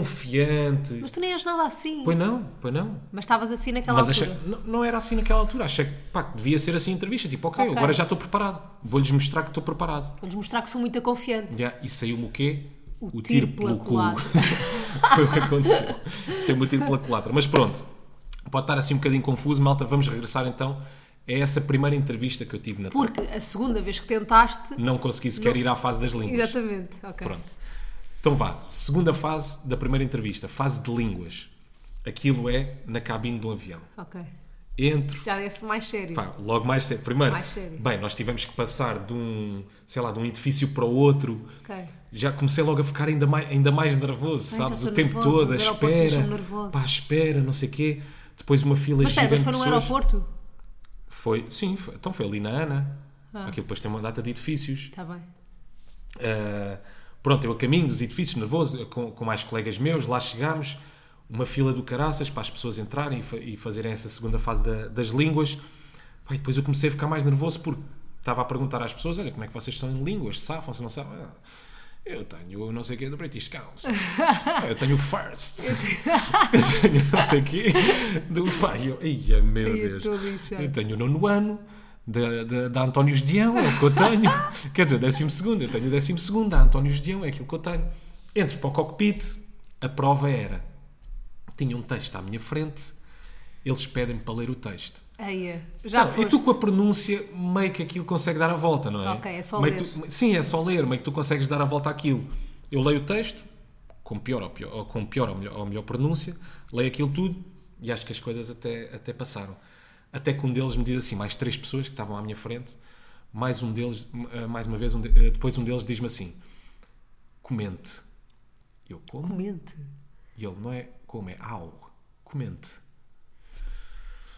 confiante.
Mas tu nem és nada assim.
Pois não, pois não.
Mas estavas assim naquela
Mas
altura.
achei- não, não era assim naquela altura. Achei que pá, que devia ser assim a entrevista. Tipo, ok,
Ok.
agora já estou preparado. Vou-lhes mostrar que estou preparado.
Vou-lhes mostrar que sou muito confiante.
Já, E saiu-me o quê?
O tiro pela culatra.
[LAUGHS] Foi o que aconteceu. Saiu-me o tiro pela culatra. Mas pronto, pode estar assim um bocadinho confuso, malta. Vamos regressar então a essa primeira entrevista que eu tive na
Porque a segunda vez que tentaste.
Não consegui sequer ir à fase das línguas.
Exatamente. Ok.
Pronto. Então vá, segunda fase da primeira entrevista, fase de línguas. Aquilo é na cabine do avião.
Ok.
Entre
Já desse mais sério.
Pá, logo mais cedo. Primeiro,
Mais sério.
bem, nós tivemos que passar de um, sei lá, de um edifício para o outro.
Ok.
Já comecei logo a ficar ainda mais, ainda mais nervoso,
Ai, já
sabes?
estou
O tempo
nervosa,
todo, a
os aeroportos
espera.
deixam-me nervosa.
Pá, espera, não sei o quê. Depois uma fila
Mas espera,
gigante
mas
de
foi no
pessoas.
aeroporto?
Foi, sim, foi- então foi ali na Ana.
Ah.
Aquilo depois tem uma data de edifícios.
Está Tá bem.
Ah, pronto, eu a caminho dos edifícios, nervoso, eh, com, com mais colegas meus, lá chegámos, uma fila do caraças para as pessoas entrarem e, fa- e fazerem essa segunda fase da- das línguas. Pá, e depois eu comecei a ficar mais nervoso porque estava a perguntar às pessoas: olha, como é que vocês são em línguas? Safam-se, não sabem? Ah, eu tenho não sei o quê do British Council. Ah, eu tenho first. eu tenho não sei o quê do pai. Eu, Ia, meu
Ai, eu
Deus.
tô lixada.
Eu tenho o nono ano da, da, da António Gedeão, é o que eu tenho. Quer dizer, o décimo segundo, eu tenho o décimo segundo da António Gedeão, é aquilo que eu tenho. Entro para o cockpit, a prova era. Tinha um texto à minha frente, eles pedem-me para ler o texto.
Aí é. Já
Não,
foste.
e tu com a pronúncia, meio que aquilo consegue dar a volta, não é?
Ok, é só
Meio
ler.
que tu- sim, é só ler, meio que tu consegues dar a volta àquilo. Eu leio o texto, com pior ou, pior, ou com pior ou melhor, ou melhor pronúncia, leio aquilo tudo e acho que as coisas até, até passaram. Até que um deles me diz assim, mais três pessoas que estavam à minha frente, mais um deles, eh, mais uma vez, um de- eh, depois um deles diz-me assim, comente. Eu como?
Comente.
E ele não é como, é au. Comente.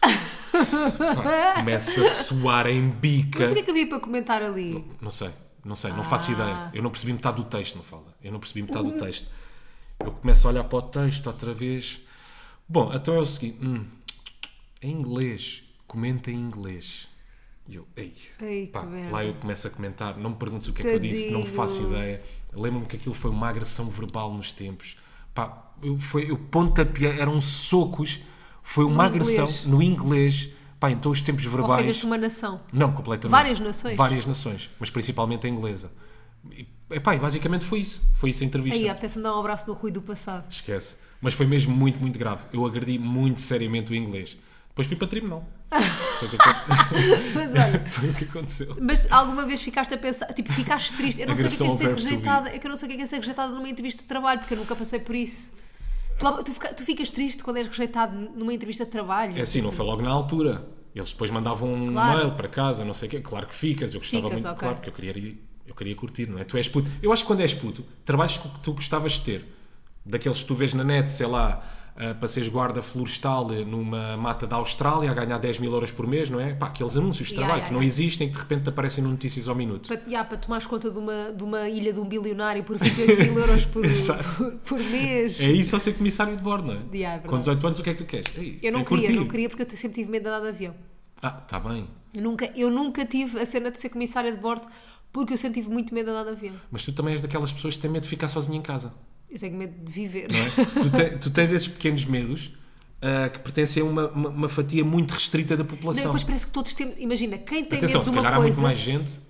[LAUGHS]
Pá, começa a soar em bica.
Mas o que é que havia para comentar ali?
Não sei, não sei, não
Ah.
faço ideia. Eu não percebi metade do texto, não fala. Eu não percebi metade do texto. Eu começo a olhar para o texto outra vez. Bom, então é o seguinte. hum, em inglês, comenta em inglês. E eu, ei.
Ei,
Pá,
que merda.
lá eu começo a comentar, não me perguntes o que é que eu disse, não
Tadinho.
faço ideia. Lembro-me que aquilo foi uma agressão verbal nos tempos. Pá, eu, foi, eu pontapia, eram socos, foi uma
No
agressão
inglês.
no inglês. Pá, então os tempos verbais.
Ofendas-te uma nação.
Não, completamente.
Várias nações?
Várias nações, mas principalmente a inglesa. E, epá, e basicamente foi isso. Foi isso a entrevista.
Aí, apetece-me dar um abraço no Rui do passado. [LAUGHS]
Esquece. Mas foi mesmo muito, muito grave. Eu agredi muito seriamente o inglês. Depois fui para
[LAUGHS]
tribunal. Foi o que aconte- [LAUGHS]
Mas olha,
foi o que aconteceu.
mas alguma vez ficaste a pensar, tipo, ficaste triste. Eu não sei o que é, que
Agressão
é ser
ao verbo to be.
rejeitada, é que eu não sei o que é, que é ser rejeitada numa entrevista de trabalho, porque eu nunca passei por isso. Tu, tu, fica- tu ficas triste quando és rejeitado numa entrevista de trabalho.
É assim, não foi logo na altura. Eles depois mandavam um
Claro.
mail para casa, não sei o quê. Claro que ficas, eu gostava
Ficas,
muito,
ok.
claro, porque eu queria, ir- eu queria curtir, não é? Tu és puto. Eu acho que quando és puto, trabalhos que tu gostavas de ter, daqueles que tu vês na net, sei lá, ah, para seres guarda florestal eh, numa mata da Austrália a ganhar 10 mil euros por mês, não é? Pá, aqueles anúncios de
Yeah,
trabalho
yeah,
que não
yeah.
existem, que de repente te aparecem no Notícias ao Minuto.
Para, yeah, para tomares conta de uma, de uma ilha de um bilionário por 28 mil euros
[LAUGHS]
por,
Exato.
por, por mês.
É isso ao ser comissário de bordo, não é?
Yeah, é verdade.
Com 18 anos, o que é que tu queres? Ei,
Eu não
é
queria,
curtir.
não queria porque eu sempre tive medo de andar de avião.
Ah, está bem.
Eu nunca, eu nunca tive a cena de ser comissária de bordo porque eu sempre tive muito medo de andar de avião.
Mas tu também és daquelas pessoas que têm medo de ficar sozinha em casa.
Eu tenho medo de viver. [LAUGHS]
não é? tu, te- tu tens esses pequenos medos ah, que pertencem a uma, uma- uma fatia muito restrita da
Não, e
população.
depois parece que todos temos. Imagina, quem tem
Atenção,
medo
se
de uma
calhar há muito
coisa.
mais gente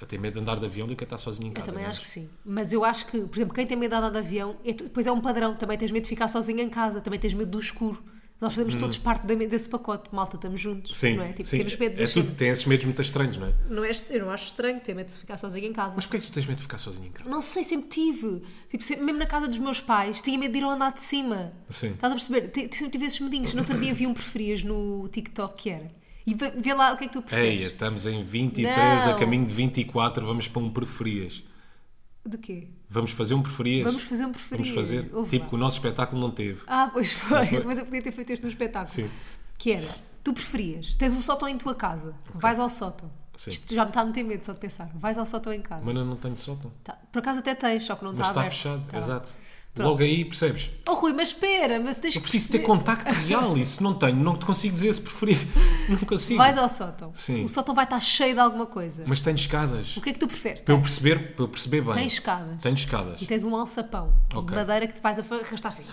a ter medo de andar de avião do que a estar sozinho em
Eu
casa.
também
não é?
acho que sim. Mas eu acho que, por exemplo, quem tem medo de andar de avião, é tu- depois é um padrão. Também tens medo de ficar sozinho em casa, também tens medo do escuro. Nós fazemos todos parte da- desse pacote. Malta, estamos juntos.
Hum. Sim,
não é? Tipo,
sim.
temos medo de
é, tu tens esses medos muito estranhos, não é?
não é, Eu não acho estranho ter medo de ficar sozinho em casa.
Mas porquê é que tu tens medo de ficar sozinho em casa?
Não sei, sempre tive. Tipo, sempre- mesmo na casa dos meus pais, tinha medo de ir ao andar de cima.
Sim.
Estás a perceber? Te- te- Sempre tive esses medinhos. No outro dia vi um preferias no TikTok que era. E vê- vê lá o que é que tu preferes.
Eia, estamos em 23,
Não.
a caminho de 24, vamos para um preferias.
De quê?
Vamos fazer um preferias?
Vamos fazer um preferias.
é Vamos fazer.
Ouve
tipo
lá.
que o nosso espetáculo não teve.
Ah, pois foi. Mas eu podia ter feito este no espetáculo.
Sim.
Que era Tu preferias, tens um sótão em tua casa, vais ao sótão.
Sim.
Isto já me está a meter medo só de pensar. Vais ao sótão em casa.
Mas eu não tenho sótão.
Tá. Por acaso até tens, só que não
Mas
está
está
aberto.
fechado,
Tá.
exato.
Pronto.
Logo aí percebes?
Oh Rui, mas espera, mas tens
Eu preciso ter
perceber-
contacto real e se não tenho, não te consigo dizer se preferir. [LAUGHS] Não consigo.
Vais ao sótão.
Sim.
O sótão vai estar cheio de alguma coisa.
Mas tenho escadas.
O que é que tu preferes?
Para eu perceber, para eu perceber bem.
Tem escadas.
Tenho escadas.
E tens um alçapão de
Ok.
madeira que te vais afa- arrastar assim.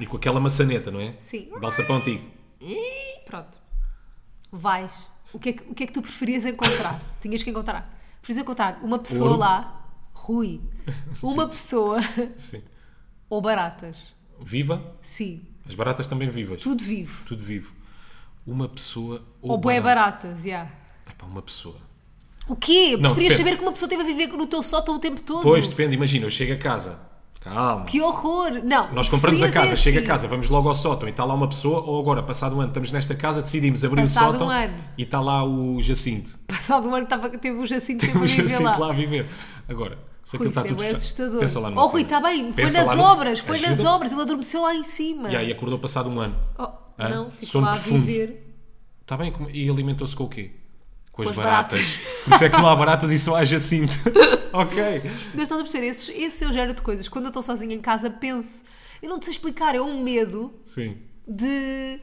E com aquela maçaneta, não é?
Sim.
Balsapão antigo.
Pronto. Vais. O que, é que, o que é que tu preferias
[LAUGHS]
encontrar? Tinhas que encontrar. Preferias encontrar uma pessoa
Ouro.
lá,
[LAUGHS]
Rui, uma pessoa [LAUGHS]
Sim.
ou baratas.
Viva.
Sim.
As baratas também vivas.
Tudo vivo.
Tudo vivo. Uma pessoa ou,
Ou bué
barata.
baratas, já.
Epá, uma pessoa.
O quê?
Não,
preferias
depende.
saber que uma pessoa teve a viver no teu sótão o tempo todo?
Pois, depende, imagina, eu chego a casa. Calma.
Que horror! Não. é assim.
Nós compramos a
preferias
casa,
esse.
chega a casa, vamos logo ao sótão e está lá uma pessoa, ou agora, passado um ano, estamos nesta casa, decidimos abrir
Passado
o sótão
um ano.
e está lá o Jacinto.
[LAUGHS] Passado um ano estava, teve o Jacinto sempre a
o
viver
um Jacinto
lá.
assim lá. a viver. Agora, se
Rui,
aquilo está
isso é
tudo
bem
fechado,
assustador.
Pensa lá numa
oh,
cena.
Rui, está bem, foi
Pensa
nas
lá no-
obras, foi nas
Ajuda-me.
obras, ele adormeceu lá em cima.
E aí acordou passado um ano.
Oh,
Hã?
não, ficou
Sono
lá a
profundo.
viver.
Está bem? como- E alimentou-se com o quê? Com as
Com as
baratas. Por isso é que não há baratas e só há Jacinto. [LAUGHS] ok.
Mas estás a perceber, esses- esse é o género de coisas. Quando eu estou sozinha em casa, penso. Eu não te sei explicar, é um medo
Sim.
de.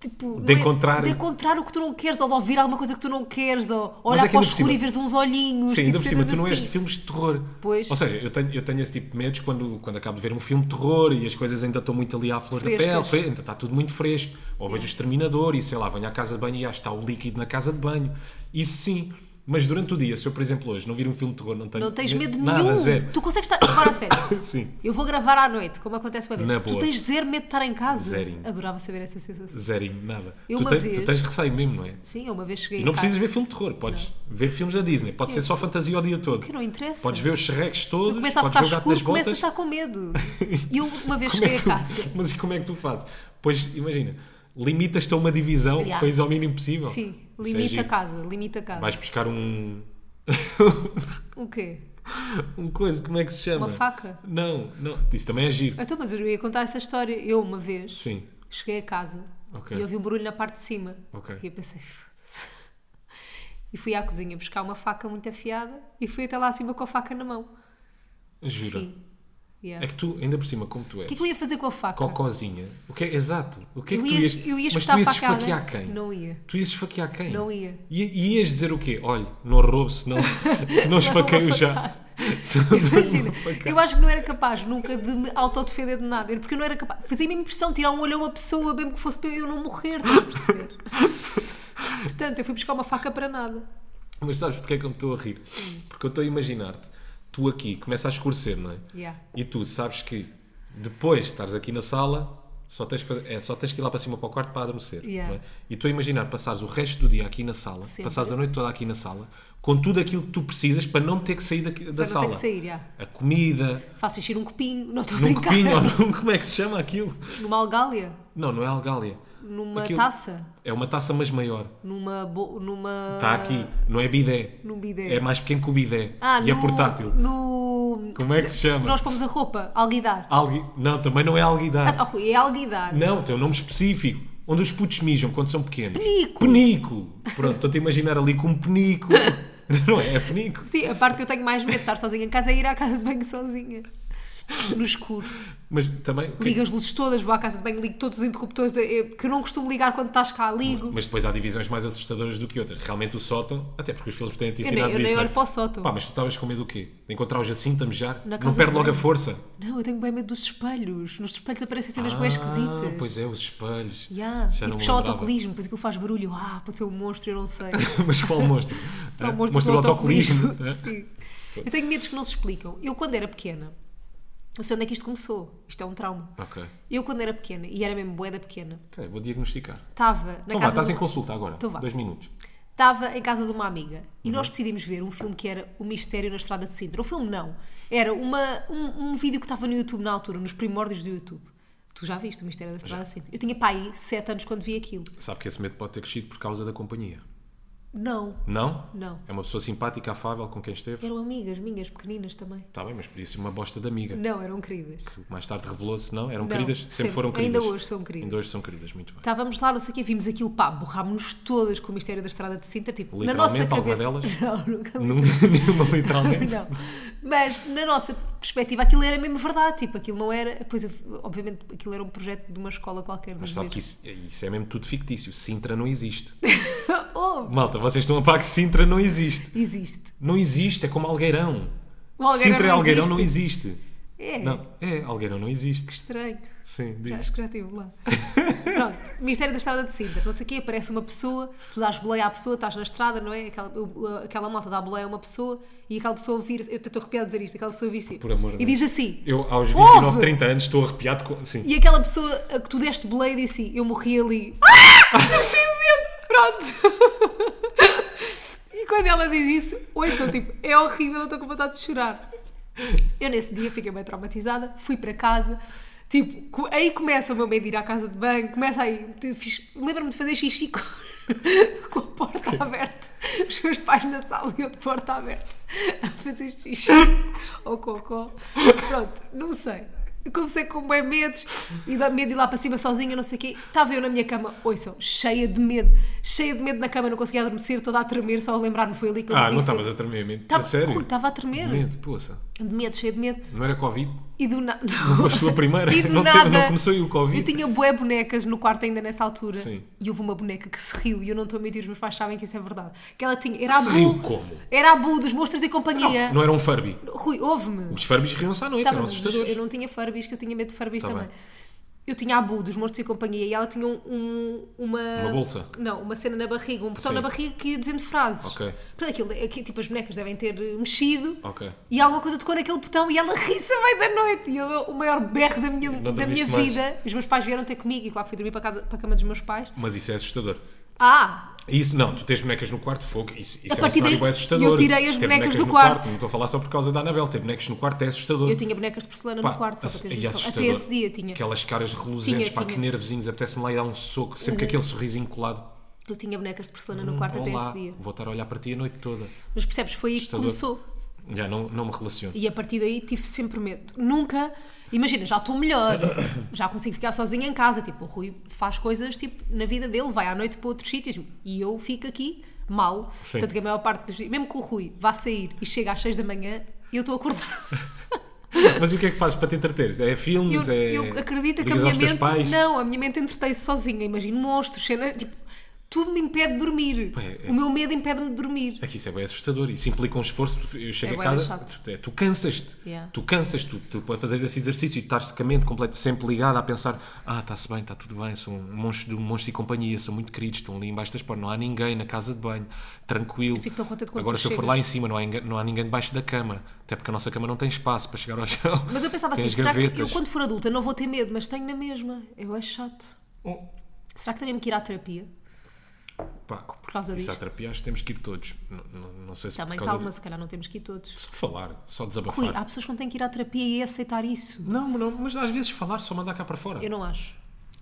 Tipo,
De
não é-
encontrar-
de encontrar o que tu não queres, ou de ouvir alguma coisa que tu não queres, ou
é
olhar
ainda
para
por
o escuro
cima-
e veres uns olhinhos.
Sim,
tipo,
ainda por cima,
cenas
tu não és
assim.
de filmes de terror.
Pois.
Ou seja, eu tenho, eu tenho esse tipo de medos quando, quando acabo de ver um filme de terror e as coisas ainda estão muito ali à flor
Frescas.
da pele, fre- ainda está tudo muito fresco. Ou vejo o exterminador e sei lá, venho à casa de banho e acho que está o líquido na casa de banho. Isso sim. Mas durante o dia, se eu, por exemplo, hoje não vir um filme de terror, não tenho
Não tens
ne-
medo
nada,
nenhum.
Zero. [LAUGHS]
Tu consegues estar. Agora, a sério.
Sim.
Eu vou gravar à noite, como acontece uma vez.
Na
tu
boa.
tens zero medo de estar em casa.
Zerinho.
Adorava saber essa sensação.
Zerinho, nada.
Eu
tu,
uma
tens-
vez-
tu tens receio mesmo, não é?
Sim, eu uma vez cheguei
E
em
não
casa-
precisas ver filme de terror, podes ver filmes da Disney, pode ser só fantasia o dia todo.
que não interessa.
Podes ver os Shreks
Eu
todos,
começo a
podes ver
ficar
o gato nas
escuro, começo a
botas.
estar
[LAUGHS]
com medo. E eu uma vez
Como é
cheguei
que
a
tu-
casa.
[LAUGHS] Mas e como é que tu fazes? Pois imagina, limitas-te a uma divisão
Yeah.
para ir ao mínimo possível.
Sim,
Isso é
limita a
giro.
casa, limita a casa.
Vais buscar um.
O quê?
um coisa, como é que se chama?
Uma faca?
Não, não, isso também é giro.
Então, mas eu ia contar essa história. Eu uma vez
Sim,
cheguei a casa
Ok.
e ouvi um barulho na parte de cima.
Ok.
E eu pensei, "Foda-se." E fui à cozinha buscar uma faca muito afiada e fui até lá acima com a faca na mão.
jura.
Sim. Yeah.
É que tu, ainda por cima, como tu és,
O que é que eu ia fazer com a faca?
cocózinha, o que é, exato, o que é
eu,
que
ia,
tu ias.
eu ia
mas
espetar
tu ias
a faca a
esfaquear
alguém.
quem?
Não ia.
Tu ias esfaquear quem?
Não ia.
E, e ias dizer o quê? Olha, não roubo, senão, [LAUGHS] se não esfaqueio [LAUGHS]
vou
já.
facar.
Se não-
Imagina,
não facar.
eu acho que não era capaz nunca de me autodefender de nada, porque eu não era capaz. Fazia-me impressão tirar um olho a uma pessoa, mesmo que fosse para eu não morrer, estás a
[LAUGHS]
perceber? Portanto, eu fui buscar uma faca para nada.
Mas sabes porque é que eu me estou a rir? Porque eu estou a imaginar-te, tu aqui começa a escurecer, não é?
Yeah.
E tu sabes que depois de estares aqui na sala, só tens que, fazer- é, só tens que ir lá para cima para o quarto para adormecer.
Yeah.
não é? E estou a imaginar passares o resto do dia aqui na sala,
Sempre.
passares a noite toda aqui na sala, com tudo aquilo que tu precisas para não ter que sair daqui- da
Para não
sala.
ter que sair, já.
A comida,
Faço encher um copinho, não estou a
num
brincar.
copinho,
[LAUGHS]
ou num, como é que se chama aquilo?
Numa algália,
Não, não é algália.
numa
Aquilo-
taça,
É uma taça, mas maior.
numa. bo- numa
Está aqui, não é bidé.
Num bidé.
É mais pequeno que o bidé.
Ah,
e é
no-
portátil.
No.
Como é que se chama?
Nós pomos a roupa, alguidar.
Algui... Não, também não é alguidar.
Ah, oh, Rui, é alguidar.
Não, tem um nome específico. Onde os putos mijam quando são pequenos.
Penico.
Penico. Pronto, estou-te a imaginar ali com um penico. [LAUGHS] não é? É penico.
Sim, a parte que eu tenho mais medo de estar sozinha em casa é ir à casa de banho sozinha. No escuro.
Mas também... o que é que-
Ligo as luzes todas, vou à casa de banho, ligo todos os interruptores, eh, que eu não costumo ligar quando estás cá, ligo.
Mas depois há divisões mais assustadoras do que outras. Realmente o sótão, até porque os filhos têm-te
eu nem,
ensinado
eu nem
isso. não é?
olho para o sótão.
Pá, mas tu estavas com medo do quê? De encontrar o Jacinto a mejar?
Na
Não
casa
perde
de
logo a
banho.
força?
Não, eu tenho bem medo dos espelhos. Nos espelhos aparecem cenas bem esquisitas.
Ah, pois é, os espelhos.
Yeah.
Já
e
não me
puxar o
lembrava.
autocolismo, depois aquilo faz barulho. Ah, pode ser um monstro, eu não sei.
[LAUGHS] Mas qual
[LAUGHS]
monstro?
Não,
É,
o monstro, do autocolismo. Sim. Eu tenho medos que não se explicam. Eu, quando era pequena, não sei onde é que isto começou. Isto é um trauma.
É? Ok.
Eu, quando era pequena, e era mesmo boeda pequena,
Ok, vou diagnosticar.
estava na
Então vá,
casa.
estás
do-
em consulta agora.
Então vá.
Dois minutos.
Estava em casa de uma amiga e
Uhum.
nós decidimos ver um filme que era O Mistério na Estrada de Sintra. O filme não. Era uma, um, um vídeo que estava no YouTube na altura, nos primórdios do YouTube. Tu já viste O Mistério da Estrada de Sintra? Eu tinha pai 7 anos quando vi aquilo.
Sabe que esse medo pode ter crescido por causa da companhia.
Não,
Não?
não.
É uma pessoa simpática, afável com quem esteve?
Eram amigas minhas, pequeninas também.
Está bem, mas podia ser uma bosta de amiga.
Não, eram queridas.
Que mais tarde revelou-se, não? Eram
Não,
queridas? Sempre,
sempre.
foram
Ainda
queridas.
hoje são queridas.
Ainda hoje são queridas, muito bem.
Estávamos lá, não sei o quê, vimos aquilo, pá, borrámos-nos todas com o mistério da estrada de Sintra, tipo, na nossa
Literalmente, alguma
cabeça.
delas?
[LAUGHS] Não, nunca
Num- [LAUGHS] Nenhuma, literalmente.
Não. Mas na nossa perspectiva aquilo era mesmo verdade, tipo, aquilo não era, pois obviamente aquilo era um projeto de uma escola qualquer
Mas
dos
sabe que
mesmos.
isso, isso é mesmo tudo fictício. Sintra não existe.
[LAUGHS] Oh,
Malta, vocês estão a par que Sintra não existe.
existe.
Não existe, é como Algueirão.
O Algueirão
Sintra e
não
Algueirão não existe.
É,
Não, é, Algueirão não existe.
estranho.
Sim, diz.
Acho que já
[LAUGHS]
estive lá. Pronto, Mistério da Estrada de Sintra, não sei o quê, aparece uma pessoa, tu dás boleia à pessoa, estás na estrada, não é? Aquela, o- aquela malta dá boleia a uma pessoa e aquela pessoa vira, eu estou arrepiada de dizer isto, aquela pessoa vira
Por amor de
e
Deus.
diz assim,
Eu, aos
Ouve!
29, 30 anos, estou arrepiado com. Sim.
E aquela pessoa a que tu deste boleia disse assim, eu morri ali. [LAUGHS] Ah! Estou cheio de medo. Pronto. [LAUGHS] E quando ela diz isso, ouçam, tipo, é horrível, eu estou com vontade de chorar. Eu nesse dia fiquei bem traumatizada, fui para casa, tipo, co- aí começa o meu medo de ir à casa de banho, começa aí, te- fiz- lembro-me de fazer xixi [LAUGHS] com, com a porta aberta, os meus pais na sala e eu de porta aberta a fazer
[LAUGHS]
xixi, ou cocó, pronto, não sei. Comecei com bem medos e dá medo de ir lá para cima sozinha, não sei o quê. Estava eu na minha cama, ouçam, cheia de medo, cheia de medo na cama, não conseguia adormecer, toda a tremer, só a lembrar-me foi ali que eu
Ah,
morri,
não
foi-
estavas a tremer, mente.
Tava-
a É sério?
Estava Tá a tremer,
Medo, poça.
de medo, cheia de medo.
Não era Covid?
E do nada.
foste tu a primeira? [LAUGHS]
E do
Não te-
nada.
não começou aí o Covid?
Eu tinha bué bonecas no quarto ainda nessa altura.
Sim.
E houve uma boneca que se riu. E eu não estou a mentir, os meus pais sabem que isso é verdade. Que ela tinha. Era a
Se
Bu.
riu como?
Era a Bu dos Monstros e Companhia.
Não era um Furby.
Rui, ouve-me.
Os Furbies riam-se à noite,
Tá bem,
eram
mas
assustadores.
eu não tinha Furbies, que eu tinha medo de Furbies
Tá
também.
bem.
Eu tinha a Bu dos Monstros e Companhia. E ela tinha um, um- uma.
Uma bolsa?
Não, uma cena na barriga. Um botão
Sim.
na barriga que ia dizendo frases.
Ok.
Portanto, aquilo, aqui, tipo, as bonecas devem ter eh, mexido.
Ok.
E alguma coisa tocou naquele botão e ela [LAUGHS] ri-se a meio da noite. E eu dou o maior berro da minha,
Não
da minha
dormiste mais.
vida. Os meus pais vieram ter comigo e claro que fui dormir para, casa, para a cama dos meus pais.
Mas isso é assustador.
Ah!
Isso não, tu tens bonecas no quarto fogo, isso, isso
A
é um
partir
cenário
daí,
bem assustador.
eu tirei as
Ter
bonecas do
no
quarto.
Não estou a falar só por causa da Anabel, ter bonecas no quarto é assustador.
Eu tinha bonecas de porcelana
Pá,
no quarto, só para
ass-
teres
e é
noção. Até
assustador.
esse dia tinha.
Aquelas caras reluzentes,
Tinha,
pá, que
tinha.
nervosinhos, apetece-me lá e dar um soco, sempre com aquele sorrisinho colado.
Eu tinha bonecas de porcelana no quarto até
Hum, Olá,
esse dia.
vou estar a olhar para ti a noite toda.
Mas percebes, foi aí que
Assustador.
começou.
Já não, não me relaciono.
E a partir daí tive sempre medo. Nunca. Imagina, já
[COUGHS]
estou melhor, já consigo ficar sozinha em casa. Tipo, o Rui faz coisas tipo, na vida dele, vai à noite para outros sítios e eu fico aqui mal.
Sim.
Tanto que a maior parte dos dias, mesmo que o Rui vá sair e chega às 6 da manhã, eu estou
[LAUGHS]
acordada.
Mas e o que é que fazes para te entreteres? É
Eu,
filmes? é...
eu acredito que a
Ligas
minha
aos teus
mente.
pais?
Não, a minha mente entretei-se sozinha. Imagino monstros, cenas. Tipo, tudo me impede de dormir.
Pá, é-
O meu medo impede-me de dormir.
É que isso é bem assustador. Isso implica um esforço. Tu- Eu chego
É
a
bué
casa,
chato.
tu, é, tu cansas-te.
Yeah.
Tu cansas-te. Tu, tu para fazeres esse exercício e estás com a mente completa, sempre ligada a pensar: ah, está-se bem, está tudo bem, sou um monstro, de- um monstro e companhia, são muito queridos, estão ali embaixo das portas, não há ninguém na casa de banho, tranquilo.
fico tão contente quando
Agora,
tu
se eu for
chegas.
lá em cima, não há, enga- não há ninguém debaixo da cama, até porque a nossa cama não tem espaço para chegar ao chão.
Mas eu pensava
Tem
assim,
as
será que eu
gavetas.
quando for adulta não vou ter medo, mas tenho na mesma. Eu acho chato.
Oh,
Será que também me que ir à terapia?
pá,
Por causa
isso à
disto.
terapia acho que temos que ir todos. Não, não- não sei se
Também
por causa
calma,
de-
se calhar não temos que ir todos.
Só falar, só desabafar.
Rui, há pessoas que não têm que ir à terapia e é aceitar isso.
Não, não, mas às vezes falar só mandar cá para fora.
Eu não acho.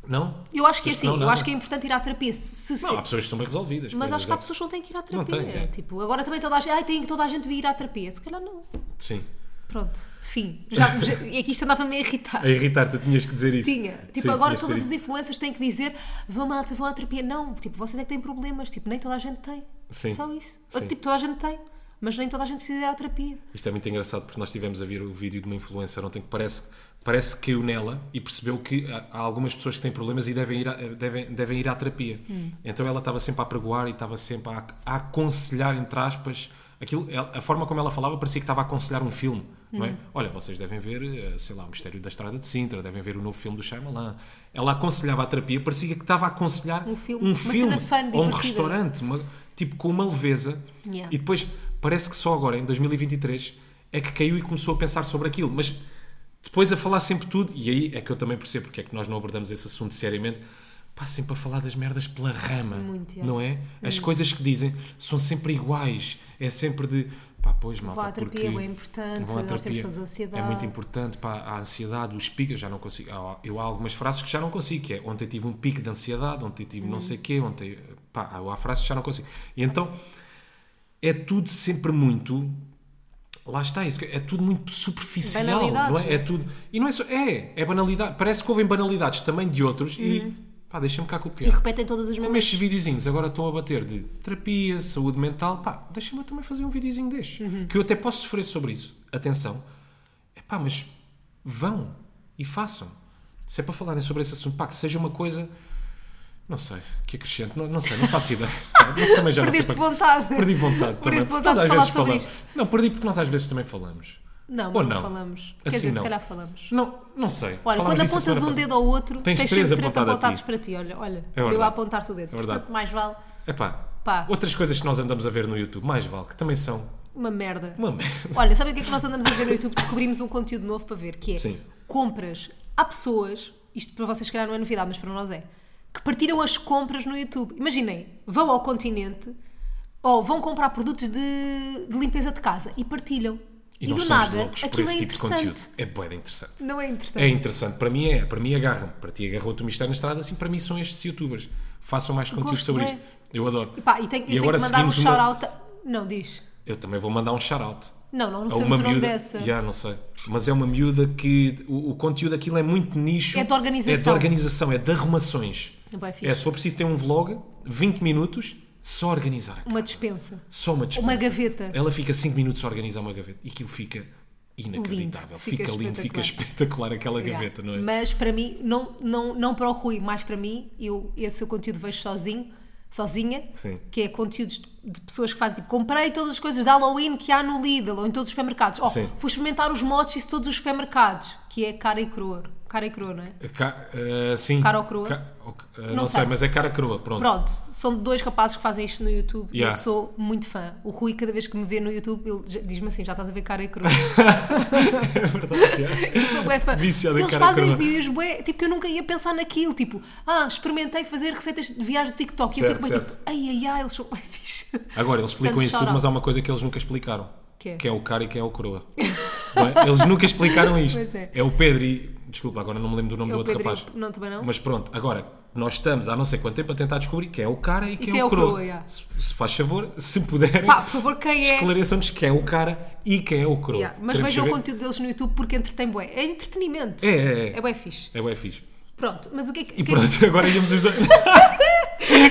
Não?
Eu acho que é
Acho que
assim,
não,
eu
nada.
acho que é importante ir à terapia. Se, se-
Não, há pessoas que são bem resolvidas.
mas
pois,
acho que há
é-
pessoas que não têm que ir à
Não
terapia.
tem, é.
Tipo, agora também toda a gente. Ai, tem que toda a gente vir à terapia. Se calhar não.
Sim.
Pronto, fim.
[LAUGHS]
Já, já, e aqui isto andava-me a irritar.
A irritar, tu tinhas que dizer isso.
Tinha. Tipo,
É Sim,
agora
tinhas que
todas as
dizer
influências têm que dizer vão à, vão à terapia. Não, tipo, vocês é que têm problemas. Tipo, nem toda a gente tem.
Sim.
Só isso.
Sim.
Tipo, toda a gente tem. Mas nem toda a gente precisa ir à terapia.
isso. Isto é muito engraçado porque nós estivemos a ver o vídeo de uma influencer ontem que parece, parece que caiu nela e percebeu que há há algumas pessoas que têm problemas e devem ir, à- devem, devem ir à terapia.
Hum.
Então ela estava sempre a pregoar e estava sempre a, a aconselhar, entre aspas, aquilo, ela- a forma como ela falava parecia que estava a aconselhar um filme. Não
Hum.
é? Olha, vocês devem ver, eh, sei lá, o Mistério da Estrada de Sintra, devem ver o novo filme do Shyamalan. Ela aconselhava a terapia, parecia que estava a aconselhar
Um filme, uma
filme,
cena fun,
ou um
divertida.
restaurante. restaurante, uma- tipo com uma leveza.
Yeah.
E depois parece que só agora, em 2023, é que caiu e começou a pensar sobre aquilo. Mas depois a falar sempre tudo, e aí é que eu também percebo porque é que nós não abordamos esse assunto seriamente. Pá, sempre a falar das merdas pela rama,
Muito, yeah. Hum.
não é? As coisas que dizem são sempre iguais. É sempre de pá, pois malta,
à terapia,
porque
é importante,
vão à
nós temos
terapia,
todos ansiedade.
É muito importante, pá, a ansiedade, os picos, eu já não
Uhum.
consigo. há- Eu há algumas frases que já não consigo, que é ontem tive um pico de ansiedade, ontem tive não sei o quê, ontem Pá, há há frases que já não consigo. E então, é tudo sempre muito. Lá está isso, é tudo muito superficial,
Banalidades,
não é?
não é?
É tudo. E não é só. É, é banalidade. Parece que ouvem banalidades também de outros e. Pá, deixa-me cá
Uhum. E
copiar.
repetem todas as
Como
mesmas.
estes videozinhos agora estão a bater de terapia, saúde mental, pá, deixa-me eu também fazer um videozinho deste.
Uhum.
Que eu até posso sofrer sobre isso. Atenção. É pá, mas vão e façam. Se é para falarem sobre esse assunto, pá, que seja uma coisa. Não sei, que acrescente, não, não sei, não faço
[LAUGHS]
ideia. Pá, Isso também já não sei
Perdeste
para-
vontade.
Perdi vontade também.
Perdeste
Nós
vontade de
às
falar
vezes
sobre
falamos.
isto.
Não, perdi porque nós às vezes também falamos.
Não,
Ou
mas não
não?
falamos. Quer
Assim
dizer, se
não.
calhar falamos.
Não, não sei.
Olha,
Falámos
quando
disso a
apontas
semana
um
passada.
dedo ao outro,
Tens
tens,
três
sempre três
apontado a ti. É
apontados para ti. Olha, olha. eu a
verdade.
apontar-te o dedo.
verdade.
Portanto, mais vale
Epá,
Pá.
outras coisas que nós andamos a ver no YouTube, mais vale, que também são
uma merda.
uma merda.
Olha, sabem o que é que nós andamos a ver no YouTube? Descobrimos um conteúdo novo para ver, que é
Sim.
compras. Há pessoas, isto para vocês se calhar não é novidade, mas para nós é, que partilham as compras no YouTube. Imaginem, vão ao continente ou vão comprar produtos de, de limpeza de casa e partilham. E,
nós
do
somos
nada,
loucos por
aquilo é
esse tipo de conteúdo.
interessante.
É bué de interessante.
Não é interessante.
É interessante, para mim é, para mim agarram-me. Para ti agarrou-te o mistério na estrada, assim, para mim são estes youtubers. Façam mais conteúdo
Gosto,
sobre
bué.
isto. Eu adoro.
E, pá, e
E
tenho, eu tenho
agora
que mandar um
seguimos uma-
shout-out. a- Não, diz.
Eu também vou mandar um shout-out.
Não, não, não
a
sabemos é o nome
miúda,
dessa.
Já, não sei. Mas é uma miúda que o, o conteúdo daquilo é muito nicho.
É de organização.
É de organização, é de arrumações.
Bué fixe.
É, se for preciso ter um vlog, 20 minutos, só organizar. a casa.
Uma dispensa.
Só uma dispensa.
Uma gaveta.
Ela fica 5 minutos a organizar uma gaveta. E aquilo fica inacreditável.
Lindo.
Fica,
Fica
lindo, fica
espetacular.
espetacular aquela
Yeah.
gaveta, não é?
Mas para mim, não, não, não para o Rui, mas para mim, eu esse seu conteúdo vejo sozinho, sozinha,
Sim.
que é conteúdos de, de pessoas que fazem tipo, comprei todas as coisas de Halloween que há no Lidl ou em todos os supermercados. Oh,
Sim.
fui experimentar os mochis de todos os supermercados, que é cara e crua. Cara e crua, não é?
Ca- eh, sim.
Cara ou crua?
Ca- ou- eh, não
Não
sei.
sei.
mas é cara crua, pronto.
Pronto, são dois rapazes que fazem isto no YouTube
Yeah.
e eu sou muito fã. O Rui, cada vez que me vê no YouTube, ele já- diz-me assim: já estás a ver cara e
[LAUGHS]
crua.
É [LAUGHS] verdade, é.
Eu sou bué fã.
Viciado em
Porque eles
cara
fazem
crua.
vídeos bué, tipo, que eu nunca ia pensar naquilo. Tipo, ah, experimentei fazer receitas de viagem do TikTok. e eu
Certo,
fico bem tipo,
certo.
ai, ai, ai, eles são bué fixe. [LAUGHS]
Agora, eles explicam
Portanto,
isso tudo,
shout-out.
mas há uma coisa que eles nunca explicaram.
Que é?
Quem é o cara e quem é o
[LAUGHS]
crua. Não é? Eles nunca explicaram isto.
Pois é.
o Pedro e... Desculpa, agora não me lembro do nome do
É o
outro
Pedro e o-
rapaz.
não, também não?
Mas pronto, agora, nós estamos há não sei quanto tempo a tentar descobrir quem é o cara e quem,
quem
é o crua.
yeah.
se, se faz favor, se puderem,
Pá, por favor, quem é?
esclareçam-nos quem é o cara e quem é o crua.
Yeah, Mas
Queremos
vejam o
saber.
conteúdo deles no YouTube porque entretém bué. É entretenimento.
É, é, é.
É bué fixe.
É bem fixe.
Pronto, mas o que é que.
E
o que é [LAUGHS]
pronto, agora íamos os dois...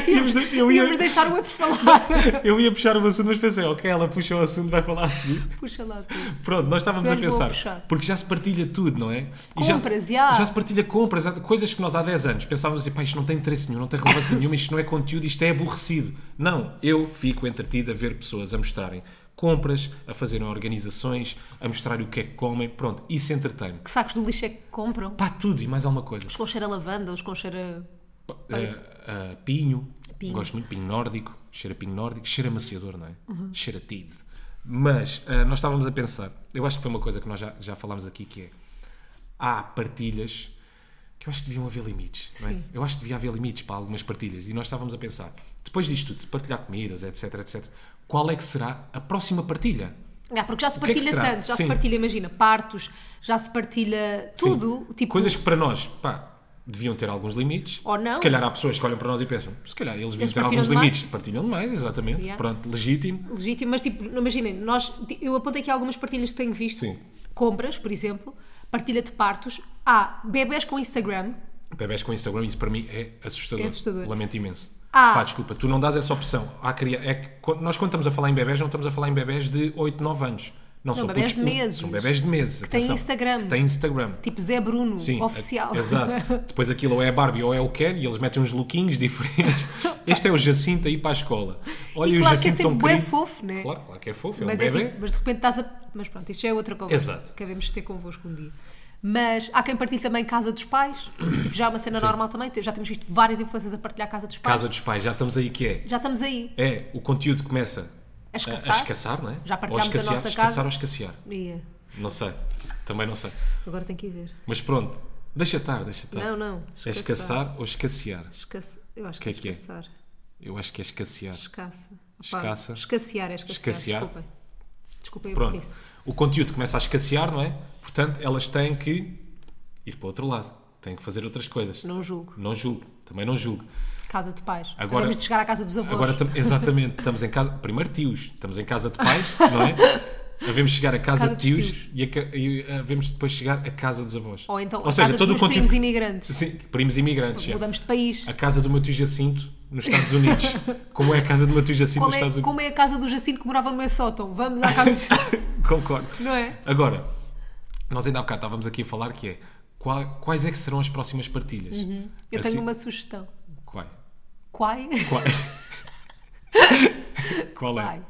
íamos, eu
que-
ia...
Íamos deixar o
[LAUGHS]
outro falar.
Eu ia puxar o assunto, mas pensei, ok, ela puxa o assunto, vai falar a seguir.
Puxa lá. tu.
Pronto, nós estávamos
Tu
a
és boa
pensar,
a puxar.
porque já se partilha tudo, não é?
Compras,
já,
já.
já se partilha compras, há coisas que nós há 10 anos pensávamos assim, pá, isto não tem interesse nenhum, não tem
[LAUGHS]
relevância nenhuma, isto não é conteúdo, isto é aborrecido. Não, eu fico entretido a ver pessoas a mostrarem compras, a fazerem organizações, a mostrarem o que é que comem, pronto, isso entretém-me.
Que sacos do lixo é que compram?
Pá, tudo e mais alguma coisa.
Os com cheiro a lavanda, os com cheiro a.
Pá, ah, ah, pinho.
Pinho.
Gosto muito de pinho nórdico. Cheira a pinho nórdico. Cheira a maciador, não é?
Uhum.
Cheira a tide. Mas ah, nós estávamos a pensar, eu acho que foi uma coisa que nós já, já falámos aqui, que é, há partilhas que eu acho que deviam haver limites, não é?
Sim.
Eu acho que devia haver limites para algumas partilhas. E nós estávamos a pensar, depois disto tudo, se partilhar comidas, etc, etc, qual é que será a próxima partilha?
Ah, porque já se
O que é que
partilha
será?
tanto, já
Sim.
se partilha, imagina, partos, já se partilha tudo.
Sim.
Tipo,
Coisas que para nós, pá, deviam ter alguns limites.
Ou não.
Se calhar há pessoas que olham para nós e pensam, se calhar eles deviam
Eles
ter
partilham
alguns
demais.
limites. Partilham demais, exatamente.
Yeah.
Pronto, legítimo.
legítimo, mas tipo, imaginem, nós, eu apontei aqui algumas partilhas que tenho visto,
Sim.
compras, por exemplo, partilha de partos, há bebés com Instagram,
Bebés com Instagram, isso para mim é assustador.
É assustador.
Lamento imenso.
Ah.
Pá, desculpa, tu não dás essa opção. Há cria- É que quando- nós quando estamos a falar em bebés, não estamos a falar em bebés de 8, 9 anos. Não, são
bebés
putos-
de meses.
São bebés de meses. Que
têm Instagram.
Que têm Instagram.
tipo Zé Bruno,
Sim,
oficial.
é-
[LAUGHS]
exato. Depois aquilo ou é a Barbie ou é o Ken e eles metem uns lookinhos
[LAUGHS]
diferentes. Este é o Jacinto aí para a escola. Olha
E
o
claro que é
Jacinto tão
sempre bué
querido.
fofo, né?
Claro, claro que é fofo, é
mas,
um
é
bebê.
tipo- mas de repente estás a. Mas pronto, isto já é outra conversa
Exato.
que havemos de ter convosco um dia. Mas há quem partilhe também casa dos pais, [CLEARS THROAT] tipo, já é uma cena normal também, já temos visto várias influências a partilhar casa dos pais.
Casa dos pais, já estamos aí que é.
Já estamos aí,
É, o conteúdo começa
a
a, a
escassar.
escassar, não é?
Já partilhámos
Ou escassear,
a nossa
escassar
casa.
ou escassear.
Ia,
Não sei, também não sei.
Agora tem que ir ver.
Mas pronto, deixa estar, deixa estar.
Não, não.
É escassar ou escassear?
Escasse... Eu acho
Que
que,
é que é?
é escassar.
Eu acho que é escassear.
Escassa. Opa,
Escassa.
Escassear, é escassear.
Escassear.
Desculpem. Desculpem, eu
Pronto,
disse.
o conteúdo começa a escassear, não é? Portanto, elas têm que ir para o outro lado. Tem que fazer outras coisas.
Não julgo.
Não julgo. Também não julgo.
Casa de pais.
Agora-
Agora, de chegar à casa dos avós.
Agora, tam- exatamente, estamos em casa. Primeiro, tios. Estamos em casa de
[LAUGHS]
pais, não é? Havemos chegar à casa,
Casa
de
dos
tios,
tios.
e, a, ca- e ah, havemos depois chegar à casa dos avós.
Ou então, a
seja,
casa
todo o
dos meus
conteúdo-
primos imigrantes.
Sim, primos imigrantes. já.
Mudamos de país.
A casa do meu tio Jacinto, nos Estados
[LAUGHS]
Unidos. Como é a casa do meu tio Jacinto
Qual
nos
é-
Estados Unidos?
como é a casa do Jacinto que morava no meu sótão? Vamos
[LAUGHS]
à casa do...
Concordo.
Não é?
Agora, nós ainda há bocado estávamos aqui a falar que é qua- quais é que serão as próximas partilhas?
Uhum. Eu
Assim-
tenho uma sugestão.
Qual? é?
Quai?
Qual, é? [LAUGHS] Qual é?
Quai.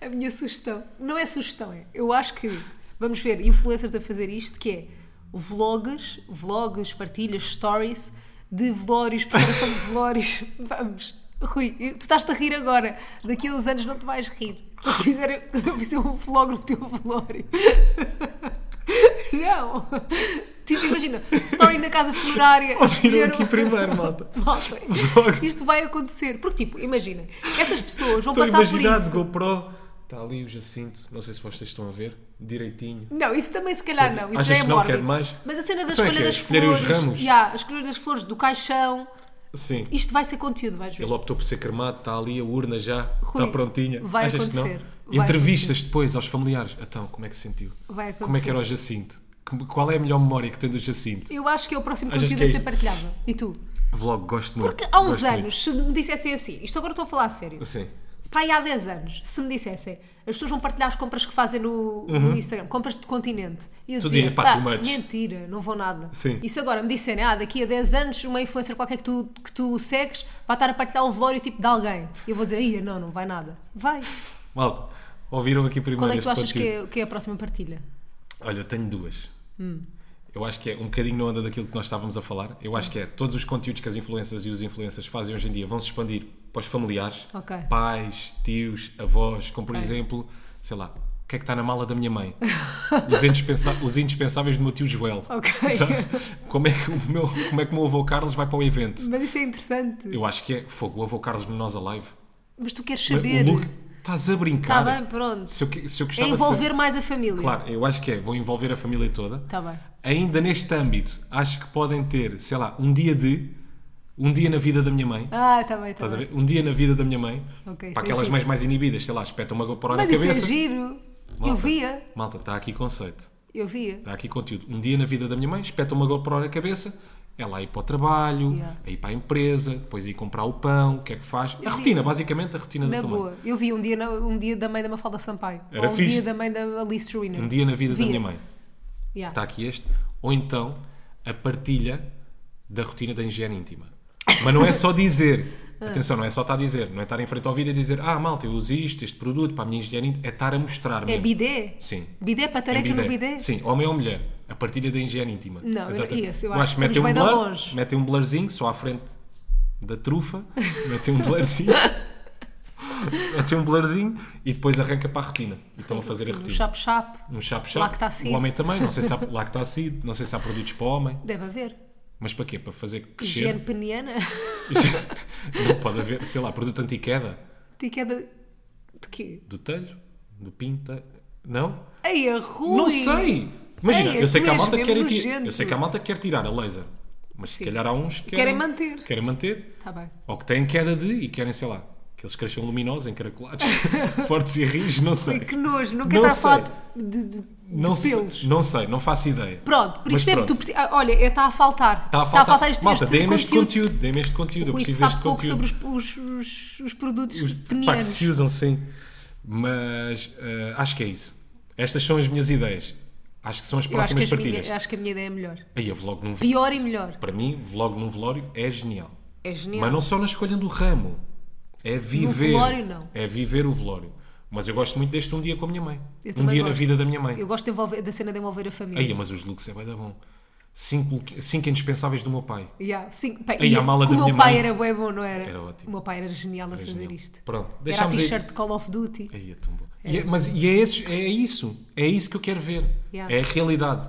A minha sugestão. Não é sugestão, é. Eu acho que vamos ver influencers a fazer isto, que é vlogs, vlogs, partilhas, stories de velórios, preparação de velórios. [LAUGHS] Vamos. Rui, tu estás-te a rir agora. Daqui a uns anos não te vais rir. Quando fizer, [LAUGHS] quando eu fizer um vlog no teu velório. [LAUGHS] Não! Tipo, imagina, story na casa
[LAUGHS]
funerária.
Ouviram
escolher
aqui
um-
primeiro, malta.
[LAUGHS] Malta,
Vlog.
isto vai acontecer. Porque, tipo, imagina, essas pessoas vão
Estou a
passar por
imaginar de
isso.
GoPro. Está ali o Jacinto, não sei se vocês estão a ver, direitinho.
Não, isso também se calhar não. Isso
Achas
já é
que não,
mórbido.
quero mais?
Mas a cena da
Então é
escolha
que é
das
escolherem os
flores.
ramos?
Yeah, a escolha das flores do caixão.
Sim.
Isto vai ser conteúdo, vais ver.
Ele optou por ser cremado, está ali a urna já,
Rui,
está prontinha.
vai
Achas
acontecer,
que não?
vai
Entrevistas depois aos familiares. Então, como é que se sentiu?
Vai acontecer.
Como é que era o Jacinto? Que- Qual é a melhor memória que tem do Jacinto?
Eu acho que é o próximo
Achas
conteúdo
que é
a ser
isto?
partilhado. E tu?
Vlog, gosto muito.
Porque há uns
Gosto muito.
anos, se me dissessem assim, isto agora estou a falar a sério,
Sim.
pai, há 10 anos, se me dissessem, as pessoas vão partilhar as compras que fazem no, no Instagram, compras de continente. E eu
Uhum. Tu
dizia,
dizia, pá,
pá,
too much."
mentira, não vou nada.
Sim.
E se agora me disserem, ah, daqui a 10 anos, uma influencer qualquer que tu, que tu segues vai estar a partilhar um velório tipo de alguém. E eu vou dizer, ia, não, não vai nada. Vai.
Malta, ouviram aqui primeiro
Qual é que
este
tu achas que
conteúdo.
é, que é a próxima partilha?
Olha, eu tenho duas. Eu acho que é um bocadinho na onda daquilo que nós estávamos a falar. Eu acho que é todos os conteúdos que as influências e os influencers fazem hoje em dia vão se expandir para os familiares,
Ok.
pais, tios, avós, como por
Ok.
exemplo, sei lá, o que é que está na mala da minha mãe? Os, indispensa- os indispensáveis do meu tio Joel.
Ok.
Sabe? Como, é que o meu, como é que o meu avô Carlos vai para o evento?
Mas isso é interessante.
Eu acho que é fogo, o avô Carlos no Nós Alive.
Mas tu queres
O
saber.
look, estás a
Está
brincar.
Tá bem, pronto.
Se eu, que- se eu
É
gostava de saber-
envolver mais a família.
Claro, eu acho que é, vou envolver a família toda.
Está bem.
Ainda neste âmbito, acho que podem ter, sei lá, um dia de. Um dia na vida da minha mãe.
Ah, está bem, está
Estás a
bem.
ver? Um dia na vida da minha mãe.
Ok, isso
para
é
aquelas
giro.
mães mais inibidas, sei lá, espeta uma GoPro
Mas
na
isso é
cabeça.
giro. Eu
Malta.
via,
Malta, está aqui conceito.
eu via.
Está aqui conteúdo. Um dia na vida da minha mãe, espeta uma GoPro na cabeça. Ela a ir para o trabalho,
Yeah.
a ir para a empresa, depois a ir comprar o pão, o que é que faz. A rotina, basicamente, a rotina
Na
da tua mãe.
boa. Eu vi um dia, na- um dia da mãe da Mafalda Sampaio.
Era
ou um
fixe.
dia da mãe da Alice Trainer.
Um dia na vida
Via.
da minha mãe.
Yeah.
está aqui este, ou então a partilha da rotina da higiene íntima. Mas não é só dizer,
[LAUGHS]
atenção, não é só estar a dizer, não é estar em frente ao vídeo e dizer, ah, malta, eu uso isto, este produto para a minha higiene íntima, é estar a mostrar
É
mesmo.
bidé?
Sim.
Bidé para
É
tareca no bidé?
Sim, homem ou mulher, a partilha da higiene íntima.
Não,
Exatamente.
esse eu
Eu
acho que
metem um
estamos bem de
blur,
longe.
metem um blurzinho só à frente da
[LAUGHS]
trufa, metem um blurzinho, metem um blurzinho e depois arranca para a rotina. E estão a fazer a
Um
rotina.
chap-chap.
Um chap-chap.
Lactacide.
O homem também, não sei se há [LAUGHS] lactacide, não sei se há produtos para o homem.
Deve haver.
Mas para quê? Para fazer
Higiene
crescer?
peniana. [LAUGHS]
[LAUGHS] não pode haver, sei lá, produto anti-queda.
Ti que é de... de quê?
Do telho? Do pinta? Não?
Ei, é a Rui!
Não sei! Imagina,
Ei,
eu, sei
tu
que a
és
malta
mesmo
quer ti-
nojento.
eu sei que a malta quer tirar a laser. Mas se calhar há uns que
Querem manter.
Querem manter.
Está Tá bem.
Ou que têm queda de e querem, sei lá, que eles cresçam luminosos, encaracolados, [LAUGHS] fortes e rijos, não sei.
Ui, que nojo. Nunca
Não
está a falar
sei.
de, de- de
Não, sei-
pelos.
não sei, não faço ideia.
Pronto, por
Mas
isso mesmo,
pronto.
tu precis- ah, olha, está a faltar.
Está a faltar,
este,
Malta,
este
dê-me este
conteúdo.
conteúdo, dê-me este conteúdo, eu
Rui, tu
preciso
sabes
deste
pouco
conteúdo.
sobre os, os- os- os produtos
Os pá, que
penianos.
se usam, sim. Mas eh, acho que é isso. Estas são as minhas ideias. Acho que são as
Eu acho que,
próximas
as
partilhas.
minha- acho que a minha ideia é melhor.
Aí, a vlog num velório.
Pior e melhor.
Para mim, vlog num velório é genial.
É genial.
Mas não só na escolha do ramo. É viver.
velório, não.
É viver o velório. Mas eu gosto muito deste um dia com a minha mãe.
Eu
um
também
dia na
gosto.
vida da minha mãe.
Eu gosto de envolver- da cena de envolver a família.
Aí, mas os looks é bem da bom. Cinco, cinco indispensáveis do meu pai. É
Yeah, sim, pá,
Aí,
e
a mala
que o
da
meu
minha
pai
mãe.
era bué bom, não era?
Era ótimo.
O meu pai era genial a
É
fazer
genial.
isto.
Pronto,
Era a
deixámos aí.
t-shirt de Call of Duty.
Aí é tão bom. E é- mas e é, esse- é isso, é isso que eu quero ver.
Yeah.
É a realidade.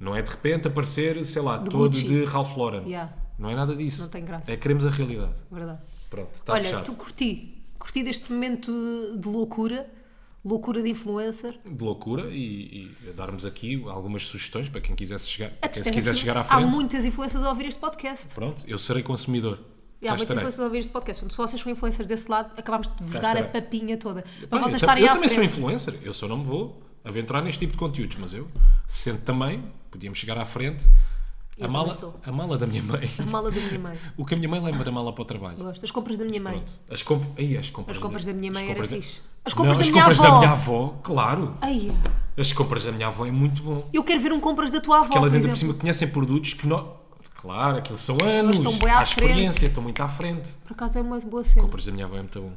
Não é de repente aparecer, sei lá,
De
todo
Gucci.
de Ralph Lauren.
Yeah.
Não é nada disso.
Não tem graça.
É queremos a realidade.
Verdade.
Tá Pronto, está
olha,
fechado.
tu curti. Curti deste momento de loucura. Loucura de influencer.
de loucura e, e a darmos aqui algumas sugestões para quem quisesse chegar, para quem
Até
se quiser
É, porque
chegar à
Há
frente.
muitas influências a ouvir este podcast.
Pronto, eu serei consumidor.
E há
Cá
muitas
estarei.
influências a ouvir este podcast. Portanto, se vocês são influencers desse lado, acabamos de vos
Cá
dar a
estarei.
papinha toda. Para
Pá,
vocês
eu tam-
estarem
eu
à
também
frente.
sou influencer, eu só não me vou aventurar neste tipo de conteúdos, mas eu sendo também, podíamos chegar à frente. A
Eu
mala,
também sou.
a mala da minha mãe.
A mala da minha mãe.
O que a minha mãe lembra da mala para o trabalho.
Gosto. As compras da minha mãe.
Pronto. As, comp... Ai, as compras,
As compras da minha mãe
as
era
compras da-
fixe. As compras
Não,
da
as
minha
compras
avó.
da minha avó, claro.
Ai,
As compras da minha avó é muito bom.
eu quero ver um compras da tua avó.
Porque elas
por
ainda por
exemplo.
cima conhecem produtos que nós. Claro, aqueles são anos,
estão bué à
há
frente.
experiência, estão muito à frente.
Por acaso é uma boa cena.
Compras da minha avó é muito bom.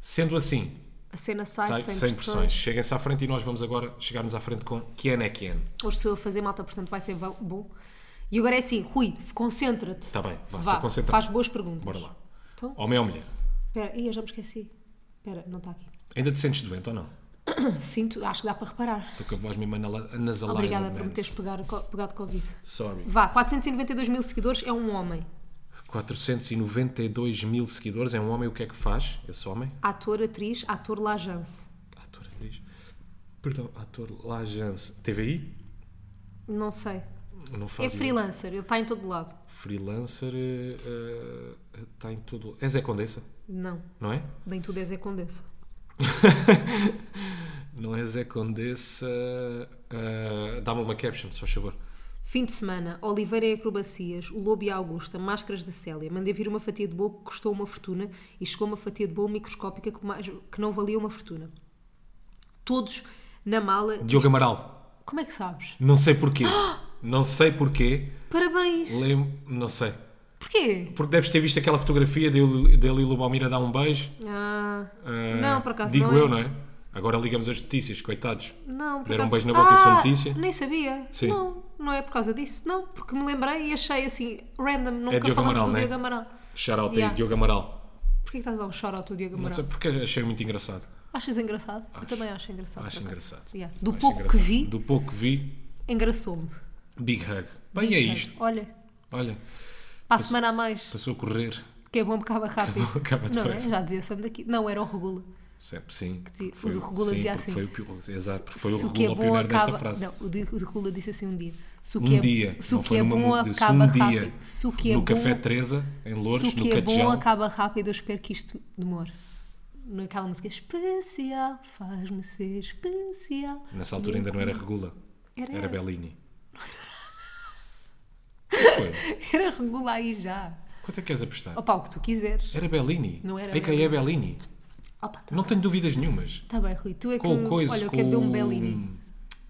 Sendo assim,
A cena sai
sai
sem,
sem pressões.
pressões.
Cheguem-se à frente e nós vamos agora chegar-nos à frente com Kien é Kien.
Hoje sou eu a fazer malta, portanto vai ser bo- bom. E agora é assim, Rui, concentra-te.
Está Tá bem, vá,
Vá,
estou concentrado.
faz boas perguntas.
Bora lá.
Então,
Homem ou mulher?
espera, Ih, eu já me esqueci. Espera, não está aqui.
Ainda te sentes doente ou não?
Sinto, acho que dá para reparar.
Estou com a voz mesmo anala- anasalada.
Obrigada por me teres pegar- co- pegado Covid.
Sorry.
Vá, 492 mil seguidores é um homem.
492 mil seguidores. É um homem, o que é que faz? Esse homem?
Ator, atriz, ator Lajance.
Ator, atriz. Perdão, ator Lajance. TVI?
Não sei.
Não
É
faz ideia.
freelancer, ele está em todo lado.
Freelancer está em tudo. É Zé Condessa,
Não,
não é?
nem tudo é Zé Condessa.
Não é Zé Condessa. eh, Dá-me uma caption, só favor.
Fim de semana, Oliveira em acrobacias, o Lobo e a Augusta, máscaras da Célia. Mandei vir uma fatia de bolo que custou uma fortuna e chegou uma fatia de bolo microscópica que, mais- que não valia uma fortuna. Todos na mala.
Diogo Amaral.
Como é que sabes?
Não sei
[GASPS]
porquê. Não sei porquê.
Parabéns!
Lembro. Não sei.
Porquê?
Porque deves ter visto aquela fotografia dele, dele e Lubomir a dar um beijo.
Ah,
Eh,
não, por acaso
Digo
não é.
eu, não é? Agora ligamos as notícias, coitados.
Não, por
Deram um
acaso...
beijo na boca e só
Ah,
notícia?
Nem sabia.
Sim.
Não, não é por causa disso. Não, porque me lembrei e achei assim, random, nunca
Diogo
falamos
Amaral,
do
né?
Diogo Amaral.
Shout out
Yeah.
aí, Diogo Amaral.
Porquê que estás a dar um shout-out ao Diogo
Não
Amaral?
sei porque achei muito engraçado.
Achas engraçado? Eu
Acho.
também acho engraçado.
Acho
por acaso.
engraçado.
Yeah. Do
Acho
pouco
engraçado.
que vi,
Do pouco que vi,
engraçou-me.
big hug. Bem, é
Big
isto.
hug. Olha,
Olha,
para a semana a mais,
passou a correr.
que é bom acaba rápido.
bom, acaba
não é?
depressa.
Já dizia Sam daqui. Não, era o Regula.
Sempre, é, sim.
dizia-
Foi
o do Regula
sim,
dizia
porque
assim,
Foi o, pio- exato, porque foi
Se é
o Regula o pioneiro desta frase.
Não, o de o de Regula disse assim um dia. Se o
Um
que é,
dia,
se o
não
que
foi
é
numa
bom
mudança,
acaba
um dia,
rápido. Se o que é
no
bom,
Café Teresa, em Louros,
se o
no
que é bom
Catejão.
acaba rápido, eu espero que isto demore. Naquela música especial, faz-me ser especial.
Nessa altura ainda não era Regula,
Era,
era
era.
Bellini. Foi.
[LAUGHS] Era Regula aí já.
é? Quanto é que queres apostar?
Opa, o que tu quiseres.
Era Bellini.
Não era
É que aí é Bellini.
Opa, tá
Não tenho dúvidas nenhumas.
Tá bem, Rui. Tu é que.
Com o coisa,
olha, eu
com
quero ver um
o-
Bellini.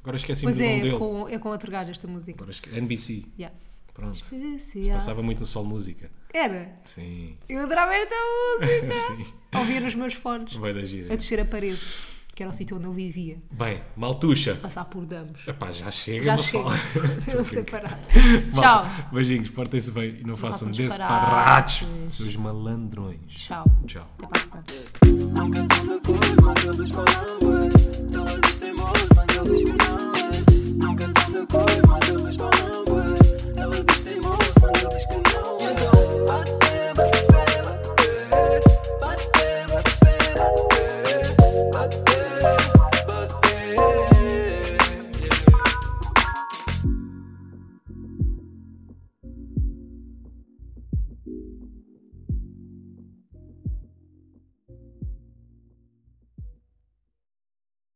Agora esqueci-me
Pois
do nome
é, é
dele.
com, é com outro gajo esta música.
Agora esque- NBC.
Yeah.
Pronto.
Especial.
Passava muito no Sol Música.
Era.
Sim. [LAUGHS]
Eu adorava esta música.
Sim.
Ouvia nos meus fones.
Vai da
A
gira.
descer a parede, que era o sítio onde eu vivia.
Bem, Maltuxa.
Passar por damos.
Epá, já chega,
Já
não
chega.
fala.
[LAUGHS] Eu
Estou
não
a
sei
brincar.
parar. Tchau.
Malta, Beijinhos, portem-se bem e não, façam
façam
disparates,
disparates.
seus malandrões.
Tchau.
Tchau.
Até para a semana.
Nunca dão de cor, mas eles falam bué. Elas têm moço, mas eles me não